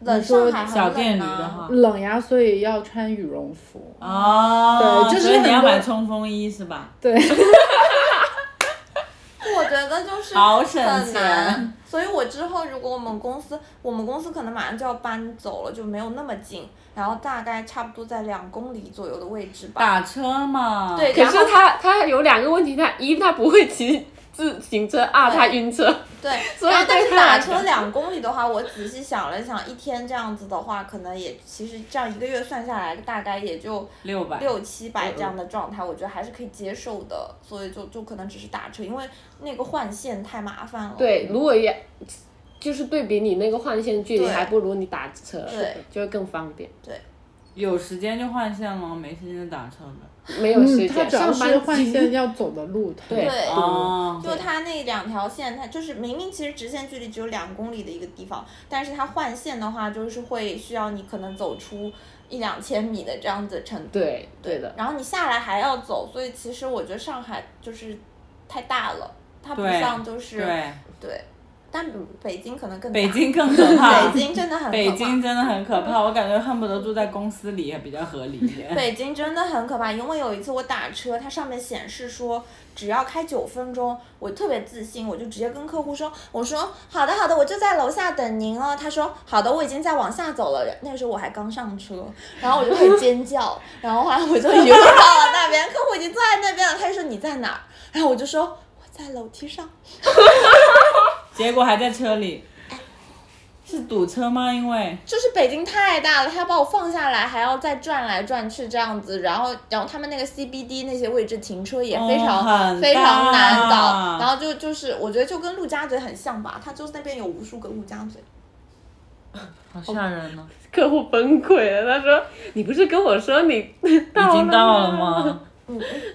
Speaker 4: 冷上
Speaker 3: 说
Speaker 4: 海很
Speaker 1: 小
Speaker 4: 冷
Speaker 1: 电驴
Speaker 4: 啊
Speaker 1: 的话，
Speaker 3: 冷呀，所以要穿羽绒服。
Speaker 1: 哦，
Speaker 3: 对就是
Speaker 1: 所以你要
Speaker 3: 很多
Speaker 1: 买冲锋衣是吧？
Speaker 3: 对，
Speaker 4: 我觉得就是
Speaker 1: 好省
Speaker 4: 很难
Speaker 1: 钱，
Speaker 4: 所以我之后如果我们公司，我们公司可能马上就要搬走了，就没有那么近，然后大概差不多在两公里左右的位置吧。
Speaker 1: 打车嘛，
Speaker 4: 对，
Speaker 7: 可
Speaker 4: 然后
Speaker 7: 是他他有两个问题，他一他不会骑自行车，二
Speaker 4: 对
Speaker 7: 他晕车。
Speaker 4: 对，
Speaker 7: 所以
Speaker 4: 然后但
Speaker 7: 对
Speaker 4: 是
Speaker 7: 他
Speaker 4: 打
Speaker 7: 来
Speaker 4: 车
Speaker 7: 讲
Speaker 4: 两公里的话，我仔细想了想，一天这样子的话，可能也其实这样一个月算下来，大概也就
Speaker 1: 六百。
Speaker 4: 六七
Speaker 7: 嗯
Speaker 4: 百这样的状态，我觉得还是可以接受的，所以就就可能只是打车，因为那个换线太麻烦了。
Speaker 7: 对，如果也就是对比你那个换线距离，
Speaker 4: 对
Speaker 7: 还不如你打车，
Speaker 4: 对，
Speaker 7: 就会更方便。
Speaker 1: 有时间就换线吗？没时间就打车呗。
Speaker 7: 没 有时
Speaker 3: 嗯，它
Speaker 7: 间，
Speaker 3: 主要
Speaker 7: 上
Speaker 3: 是
Speaker 7: 班
Speaker 3: 换
Speaker 7: 急
Speaker 3: 线要走的路。它
Speaker 7: 对
Speaker 4: 对
Speaker 1: 哦，
Speaker 4: 就它那两条线，它就是明明其实直线距离只有两公里的一个地方，但是它换线的话，就是会需要你可能走出一两千米的这样子程度。
Speaker 7: 对对的，
Speaker 4: 然后你下来还要走，所以其实我觉得上海就是太大了，它不
Speaker 1: 对
Speaker 4: 像就是
Speaker 1: 对，
Speaker 4: 对但北京可能更大
Speaker 1: 北京更可怕。
Speaker 4: 北京真的很可怕
Speaker 1: 北京真的很可怕，我感觉恨不得住在公司里也比较合理一点。
Speaker 4: 北京真的很可怕，因为有一次我打车，它上面显示说只要开九分钟，我特别自信，我就直接跟客户说，我说好的好的，我就在楼下等您哦。他说好的，我已经在往下走了。那个时候我还刚上车，然后我就很尖叫，然后后来我就游到了那边，客户已经坐在那边了，他就说你在哪儿？然后我就说我在楼梯上。
Speaker 1: 结果还在车里，是堵车吗？因为
Speaker 4: 就是北京太大了，他把我放下来，还要再转来转去这样子，然后然后他们那个 CBD 那些位置停车也非常、
Speaker 1: 哦很大
Speaker 4: 非常难找，然后就就是我觉得就跟陆家嘴很像吧，他就是那边有无数个陆家嘴，
Speaker 1: 好吓人呢、
Speaker 7: 客户崩溃了，他说：“你不是跟我说你
Speaker 1: 已
Speaker 7: 到
Speaker 1: 哦经到了
Speaker 7: 吗？
Speaker 1: 吗？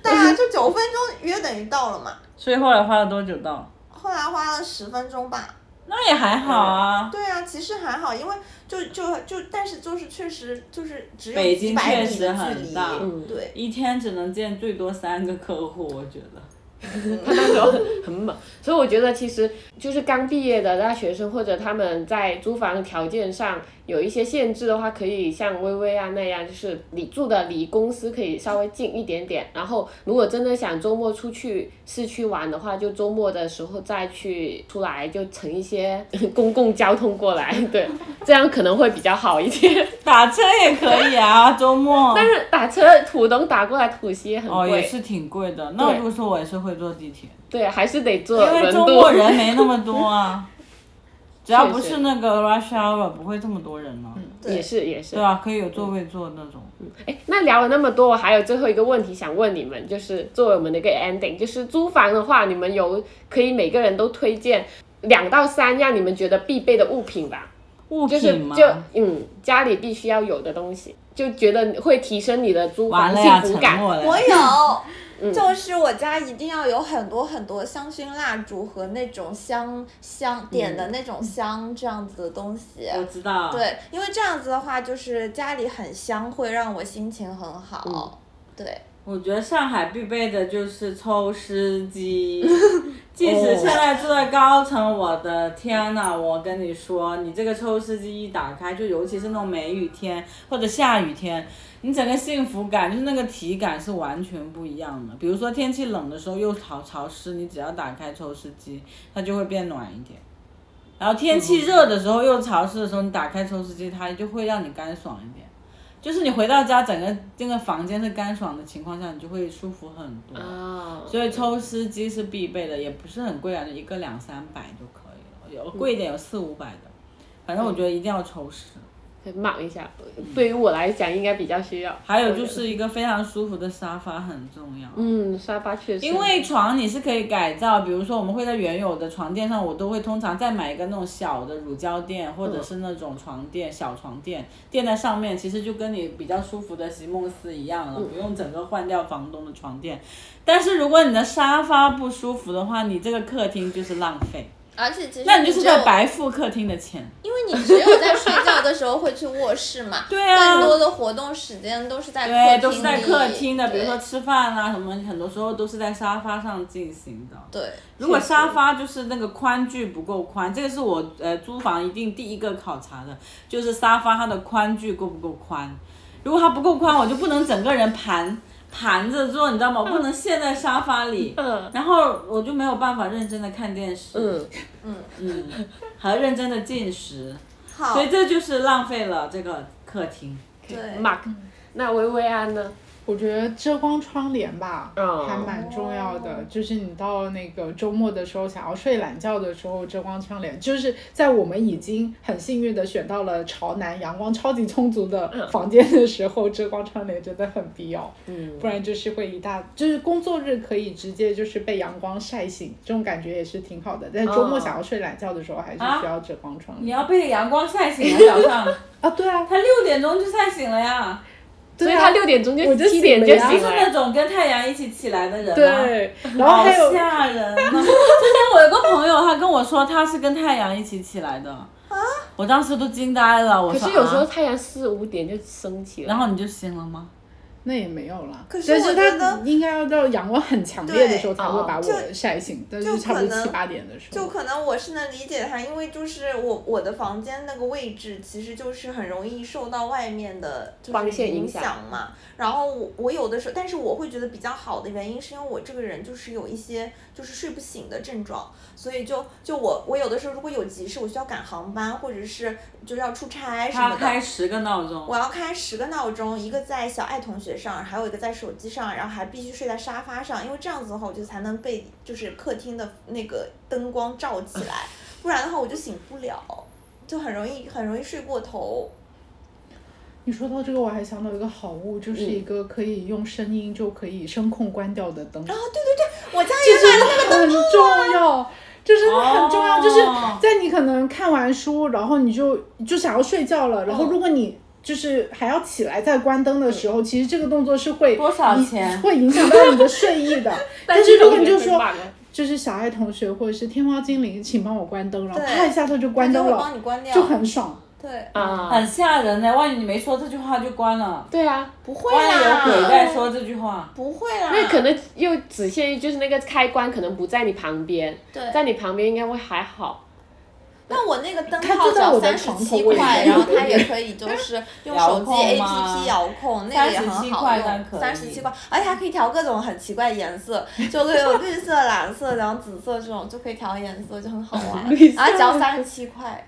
Speaker 4: 对啊，就九分钟约等于到了嘛。
Speaker 1: 所以后来花了多久到？
Speaker 4: 后来花了十分钟吧。
Speaker 1: 那也还好啊。
Speaker 4: 对啊，其实还好，因为就就就，但是就是确实就是只有
Speaker 1: 北
Speaker 4: 几
Speaker 1: 京
Speaker 4: 百
Speaker 1: 确
Speaker 4: 米的距
Speaker 1: 实
Speaker 4: 离，
Speaker 1: 很大嗯
Speaker 4: 对，
Speaker 1: 一天只能见最多三个客户，我觉得。
Speaker 7: 他那时候很猛，所以我觉得其实就是刚毕业的大学生或者他们在租房的条件上有一些限制的话，可以像微微啊那样，就是你住的离公司可以稍微近一点点。然后如果真的想周末出去市区玩的话，就周末的时候再去出来，就乘一些 公共交通过来，对，这样可能会比较好一点。
Speaker 1: 打车也可以啊，周末。
Speaker 7: 但是打车浦东打过来浦西也很
Speaker 1: 哦，也
Speaker 7: 贵，
Speaker 1: 是挺贵的。那如果说我也是会坐地铁，
Speaker 7: 对，还是得坐
Speaker 1: 因为
Speaker 7: 轮
Speaker 1: 周
Speaker 7: 渡
Speaker 1: 末。人没那么多 啊。只要不是
Speaker 7: 确实嗯
Speaker 1: 那个 rush hour，不会这么多人了、
Speaker 7: 也是也是
Speaker 1: 对，啊，可以有座位坐那种。
Speaker 7: 哎，那聊了那么多，我还有最后一个问题想问你们，就是作为我们的一个 ending，就是租房的话，你们有可以每个人都推荐两到三样你们觉得必备的物品吧？
Speaker 1: 物
Speaker 7: 就是
Speaker 1: 品吗？
Speaker 7: 就嗯，家里必须要有的东西，就觉得会提升你的租
Speaker 1: 完
Speaker 7: 房
Speaker 1: 了
Speaker 7: 幸
Speaker 1: 呀，
Speaker 7: 福
Speaker 1: 沉
Speaker 7: 感。
Speaker 1: 默了呀。
Speaker 4: 我
Speaker 1: 嗯
Speaker 4: 有，就是我家一定要有很多很多香薰蜡烛和那种香香点的那种香这样子的东西。
Speaker 1: 我知道。。
Speaker 4: 对，因为这样子的话，就是家里很香，会让我心情很好。
Speaker 1: 嗯
Speaker 4: 对，
Speaker 1: 我觉得上海必备的就是抽湿机，即使现在住在高层，我的天呐，我跟你说，你这个抽湿机一打开，就尤其是那种梅雨天或者下雨天，你整个幸福感就是那个体感是完全不一样的。比如说天气冷的时候又潮潮湿，你只要打开抽湿机，它就会变暖一点。然后天气热的时候又潮湿的时候，你打开抽湿机，它就会让你干爽一点。就是你回到家，整个这个房间是干爽的情况下，你就会舒服很多。
Speaker 7: 啊，
Speaker 1: 所以抽湿机是必备的，也不是很贵啊，一个两三百就可以了，有贵一点有四五百的，反正我觉得一定要抽湿。
Speaker 7: 可以冒一下，对于我来讲应该比较需要。
Speaker 1: 还有就是一个非常舒服的沙发很重要。
Speaker 7: 嗯，沙发确实，
Speaker 1: 因为床你是可以改造，比如说我们会在原有的床垫上，我都会通常再买一个那种小的乳胶垫，或者是那种床垫、小床垫垫在上面，其实就跟你比较舒服的席梦思一样了，不用整个换掉房东的床垫。但是如果你的沙发不舒服的话，你这个客厅就是浪费，
Speaker 4: 而且其实
Speaker 1: 那你就是
Speaker 4: 只有
Speaker 1: 在白付客厅的钱。
Speaker 4: 因为你只有在睡觉的时候会去卧室嘛，
Speaker 1: 对啊
Speaker 4: 更多的活动时间都是在客
Speaker 1: 对，
Speaker 4: 厅
Speaker 1: 都是在
Speaker 4: 里
Speaker 1: 客厅的，比
Speaker 4: 对
Speaker 1: 如说吃饭啊什么，很多时候都是在沙发上进行的。
Speaker 4: 对，
Speaker 1: 如果沙发就是那个宽距不够宽，这个是我呃租房一定第一个考察的，就是沙发它的宽距够不够宽。如果它不够宽，我就不能整个人盘盘着坐，你知道吗？我不能陷在沙发里，
Speaker 7: 嗯
Speaker 1: 然后我就没有办法认真的看电视，
Speaker 7: 嗯，
Speaker 1: 嗯，还要认真的进食，
Speaker 4: 好
Speaker 1: 所，以这就是浪费了这个客厅。
Speaker 4: 对
Speaker 7: Mark，那薇薇安呢？
Speaker 3: 我觉得遮光窗帘吧，
Speaker 7: 嗯
Speaker 3: 还蛮重要的。就是你到那个周末的时候，想要睡懒觉的时候，遮光窗帘，就是在我们已经很幸运的选到了朝南、阳光超级充足的房间的时候，遮光窗帘真的很必要。
Speaker 7: 嗯，
Speaker 3: 不然就是会一大，就是工作日可以直接就是被阳光晒醒，这种感觉也是挺好的。但周末
Speaker 7: 哦
Speaker 3: 想要睡懒觉的时候，还是
Speaker 1: 啊
Speaker 3: 需要遮光窗
Speaker 1: 你
Speaker 3: 帘。
Speaker 1: 要被阳光晒醒了，早 上
Speaker 3: 啊，对啊，
Speaker 1: 它六点钟就晒醒了呀。
Speaker 7: 所
Speaker 3: 对
Speaker 7: 以
Speaker 3: 啊，
Speaker 7: 他六点钟就
Speaker 3: 我就
Speaker 7: 七点就
Speaker 3: 醒了呀
Speaker 1: 就
Speaker 7: 醒
Speaker 1: 是
Speaker 7: 了
Speaker 1: 那。种跟太阳一起起来的人、啊。
Speaker 3: 对，然后
Speaker 1: 好
Speaker 3: 还有
Speaker 1: 吓人 啊！之前我有个朋友，他跟我说他是跟太阳一起起来的，啊，我当时都惊呆了。我
Speaker 7: 可
Speaker 1: 说
Speaker 7: 是有时候
Speaker 1: 啊
Speaker 7: 太阳四五点就升起了，
Speaker 1: 然后你就醒了吗？
Speaker 3: 那也没有啦。
Speaker 4: 可是
Speaker 3: 但
Speaker 4: 我
Speaker 3: 是
Speaker 4: 觉
Speaker 3: 它
Speaker 4: 得
Speaker 3: 应该要到阳光很强烈的时候才会把
Speaker 7: 哦
Speaker 4: 就
Speaker 3: 我晒醒，但
Speaker 4: 就是
Speaker 3: 差不
Speaker 4: 可
Speaker 3: 多
Speaker 4: 能
Speaker 3: 七八点的时
Speaker 4: 就
Speaker 3: 候。
Speaker 4: 可能我是能理解他，因为就是我我的房间那个位置，其实就是很容易受到外面的就是
Speaker 7: 光线影
Speaker 4: 影
Speaker 7: 响
Speaker 4: 响嘛。然后我我有的时候，但是我会觉得比较好的原因，是因为我这个人就是有一些就是睡不醒的症状，所以就就我我有的时候如果有急事，我需要赶航班，或者是就要出差什
Speaker 1: 他
Speaker 4: 么
Speaker 1: 要开
Speaker 4: 的。
Speaker 1: 十个闹钟
Speaker 4: 我，要开十个闹钟，一个在小爱同学上，还有一个在手机上，然后还必须睡在沙发上，因为这样子的话，我就才能被就是客厅的那个灯光照起 来，不然的话我就醒不了，就很容易很容易睡过头。
Speaker 3: 你说到这个，我还想到一个好物，就
Speaker 4: 嗯
Speaker 3: 是一个可以用声音就可以声控关掉的灯。
Speaker 4: 啊、对对对，我家
Speaker 3: 这
Speaker 4: 也买了那个啊
Speaker 3: 真的很重要，这真的很重要。
Speaker 1: 哦
Speaker 4: 嗯
Speaker 3: 就是在你可能看完书，然后你就就想要睡觉了，然后如果你就是还要起来再关灯的时候，其实这个动作是会
Speaker 1: 多少
Speaker 3: 影
Speaker 1: 钱
Speaker 3: 会影响到你的睡 意的。但是如果你就说。就是小爱同学或者是天猫精灵，请帮我关灯，然后
Speaker 4: 对
Speaker 3: 啪一下它就关
Speaker 4: 它就
Speaker 3: 灯
Speaker 4: 会
Speaker 3: 了，
Speaker 4: 帮你关掉
Speaker 3: 就很爽。
Speaker 4: 对，
Speaker 7: 啊，
Speaker 1: 很吓人呢。万一你没说这句话就关了，
Speaker 7: 对啊，
Speaker 4: 不会
Speaker 1: 万一有鬼
Speaker 4: 啦，
Speaker 1: 在说这句话，
Speaker 4: 不会啦，
Speaker 7: 那可能又只限于就是那个开关可能不在你旁边，
Speaker 4: 对
Speaker 7: 在你旁边应该会还好。
Speaker 4: 那我那个灯
Speaker 3: 它
Speaker 4: 泡
Speaker 3: 就在
Speaker 4: 只
Speaker 3: 我的
Speaker 4: 三十
Speaker 3: 床头
Speaker 4: 七
Speaker 3: 位
Speaker 4: 块，
Speaker 3: 置
Speaker 4: 然后它也可 以就是用手
Speaker 1: 遥
Speaker 4: 机
Speaker 1: 控吗
Speaker 4: APP 遥控，那个也很
Speaker 1: 37
Speaker 4: 好
Speaker 1: 块
Speaker 4: 用
Speaker 1: 但可，以
Speaker 4: 三十七块，而且还可以调各种很奇怪的颜色，就会有绿色、蓝色，然后紫色这种就可以调颜色，就很好玩
Speaker 7: 绿，色
Speaker 4: 然后只要三十七块，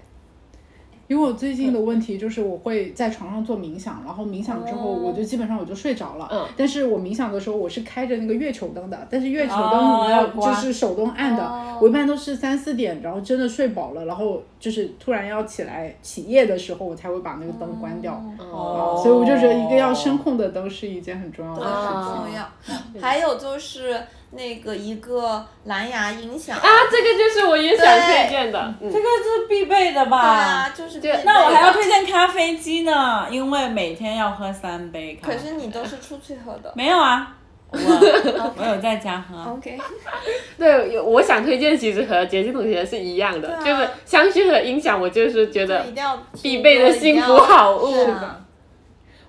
Speaker 3: 因为我最近的问题就是我会在床上做冥想，然后冥想之后我就基本上我就睡着了。
Speaker 7: 嗯
Speaker 3: 但是我冥想的时候我是开着那个月球灯的，但是月球灯
Speaker 1: 哦
Speaker 3: 你要
Speaker 1: 要关
Speaker 3: 就是手动按的。
Speaker 4: 哦
Speaker 3: 我一般都是三四点，然后真的睡饱了，然后就是突然要起来起夜的时候，我才会把那个灯关掉。
Speaker 1: 哦
Speaker 3: 哎所以我就觉得一个要声控的灯是一件很重要的
Speaker 4: 对，
Speaker 3: 事
Speaker 4: 很
Speaker 3: 情。
Speaker 4: 重要。
Speaker 1: 啊
Speaker 4: 还有就是那个一个蓝牙音响，
Speaker 7: 啊，这个就是我也想推荐的，嗯
Speaker 1: 这个是必备的
Speaker 4: 对
Speaker 1: 吧
Speaker 4: 啊，？就是
Speaker 7: 对
Speaker 4: 必
Speaker 1: 那我
Speaker 4: 备
Speaker 1: 还要
Speaker 4: 的
Speaker 1: 推荐咖啡机呢，因为每天要喝三杯咖
Speaker 4: 可
Speaker 1: 啡。
Speaker 4: 是你都是出去喝的
Speaker 1: 没有啊，我我有在家喝。
Speaker 4: ，OK，
Speaker 7: 对，有我想推荐其实和杰金同学是一样的，
Speaker 4: 对
Speaker 7: 就
Speaker 4: 啊
Speaker 7: 是相续和音响，我就是觉
Speaker 4: 就
Speaker 7: 得
Speaker 4: 一定要
Speaker 7: 必备的幸福好物。
Speaker 4: 是啊的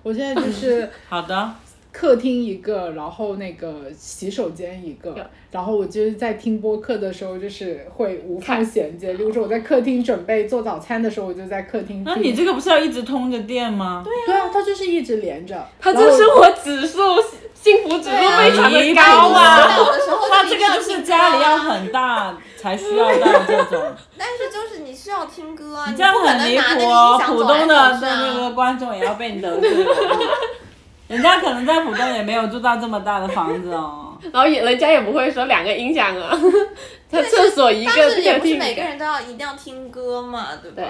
Speaker 3: 我现在就是
Speaker 1: 好的，
Speaker 3: 客厅一个，然后那个洗手间一个，然后我就是在听播客的时候，就是会无缝衔接。比如说我在客厅准备做早餐的时候，我就在客厅听。
Speaker 1: 那啊你这个不是要一直通着电吗？对，
Speaker 3: 对啊，它就是一直连着。
Speaker 7: 他
Speaker 3: 然
Speaker 7: 这
Speaker 3: 后
Speaker 7: 生活指数、幸福指数非常的高
Speaker 1: 啊
Speaker 7: 啊！
Speaker 4: 到的时候
Speaker 1: 那
Speaker 4: 就
Speaker 1: 这
Speaker 4: 一定要
Speaker 1: 个就
Speaker 4: 听
Speaker 1: 是
Speaker 4: 歌
Speaker 1: 家里要
Speaker 4: 啊，
Speaker 1: 很大才需要到这种，
Speaker 4: 但是就是你需要听歌啊，你
Speaker 1: 这样
Speaker 4: 不可
Speaker 1: 很
Speaker 4: 能
Speaker 1: 离
Speaker 4: 拿那
Speaker 1: 谱
Speaker 4: 个
Speaker 1: 哦。
Speaker 4: 音响
Speaker 1: 浦
Speaker 4: 走来
Speaker 1: 东的
Speaker 4: 走去
Speaker 1: 那个
Speaker 4: 啊。
Speaker 1: 观众也要被你得罪了，人家可能在浦东也没有住到这么大的房子 哦。
Speaker 7: 然后也人家也不会说两个音响啊， 他
Speaker 4: 但是
Speaker 7: 厕所一个，
Speaker 4: 啊但是也
Speaker 7: 客
Speaker 4: 不是
Speaker 7: 厅
Speaker 4: 每
Speaker 7: 一
Speaker 4: 个人都要一定要听歌嘛，对吧
Speaker 7: 对？，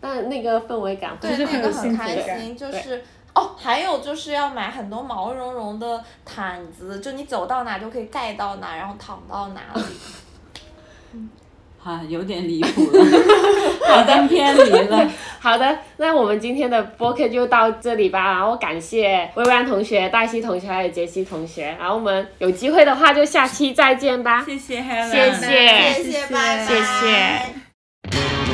Speaker 7: 但那个氛围感会
Speaker 4: 对，
Speaker 3: 是
Speaker 4: 那
Speaker 3: 很
Speaker 4: 个
Speaker 3: 有幸
Speaker 4: 很
Speaker 3: 福
Speaker 4: 开
Speaker 3: 感
Speaker 4: 心，就是。哦，还有就是要买很多毛茸茸的毯子，就你走到哪就可以盖到哪，然后躺到哪里。
Speaker 1: 啊，有点离谱了，好像偏离了。
Speaker 7: 好的，那我们今天的播客就到这里吧。然后感谢薇薇安同学、黛西同学还有杰西同学。然后我们有机会的话就下期再见吧。
Speaker 1: 谢谢 Helen，
Speaker 7: 谢谢
Speaker 4: 谢谢，拜拜，
Speaker 7: 谢谢。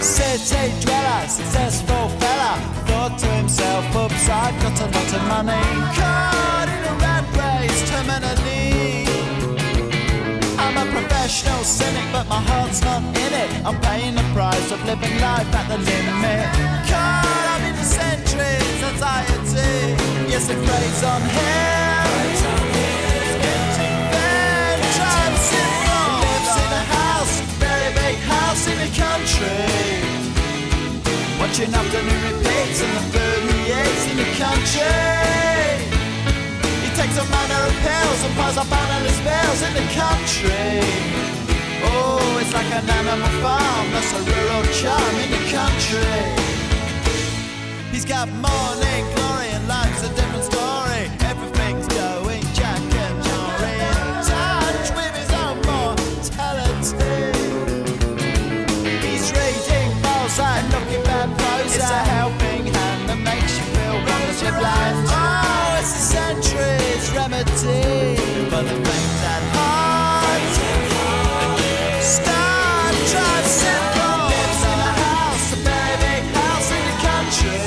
Speaker 5: City dweller, successful fella, thought to himself, oops, I've got a lot of money. Caught in a rat race, terminally. I'm a professional cynic, but my heart's not in it. I'm paying the price of living life at the limit. Caught up in the centuries, anxiety. Yes, it preys on him. It's getting bad, trying to sit wrong. Lives in a house, very big house in the country. Watching afternoon repeats and the food he eats in the country. He takes a manner of pills and piles up on all his bills in the country. Oh, it's like an animal farm, that's a rural charm in the country. He's got morning glory and life's a different story. Everything's going jack and Jory in touch with his own mortality. He's reading balls and looking bad blows. It's a helping hand that makes you feel wonders your life. Oh, it's a century's remedy for the things that hurt. Start drive simple. Lives in a house, a very big house in the country.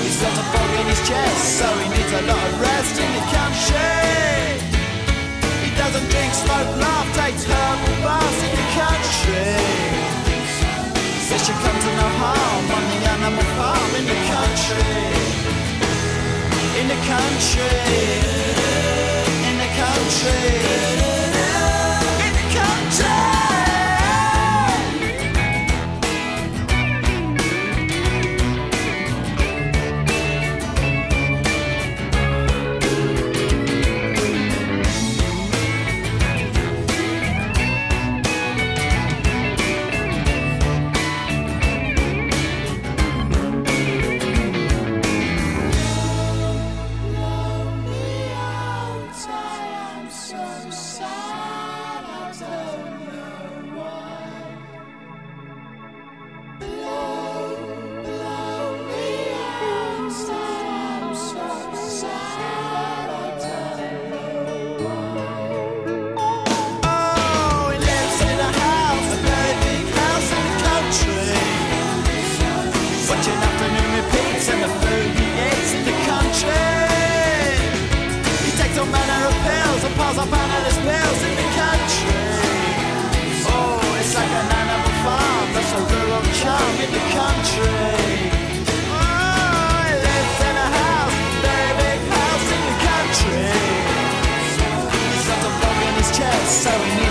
Speaker 5: He's got a fog in his chest, so he needs a lot of rest in the country. He doesn't drink, smoke, laugh, takes herbal baths in the country. Says she comes to no harm on the animal farm in the country. In the country. In the country. In the country. Oh, charm in the country. I lived in a house, very big house in the country. He's got a frog in his chest, so he needs.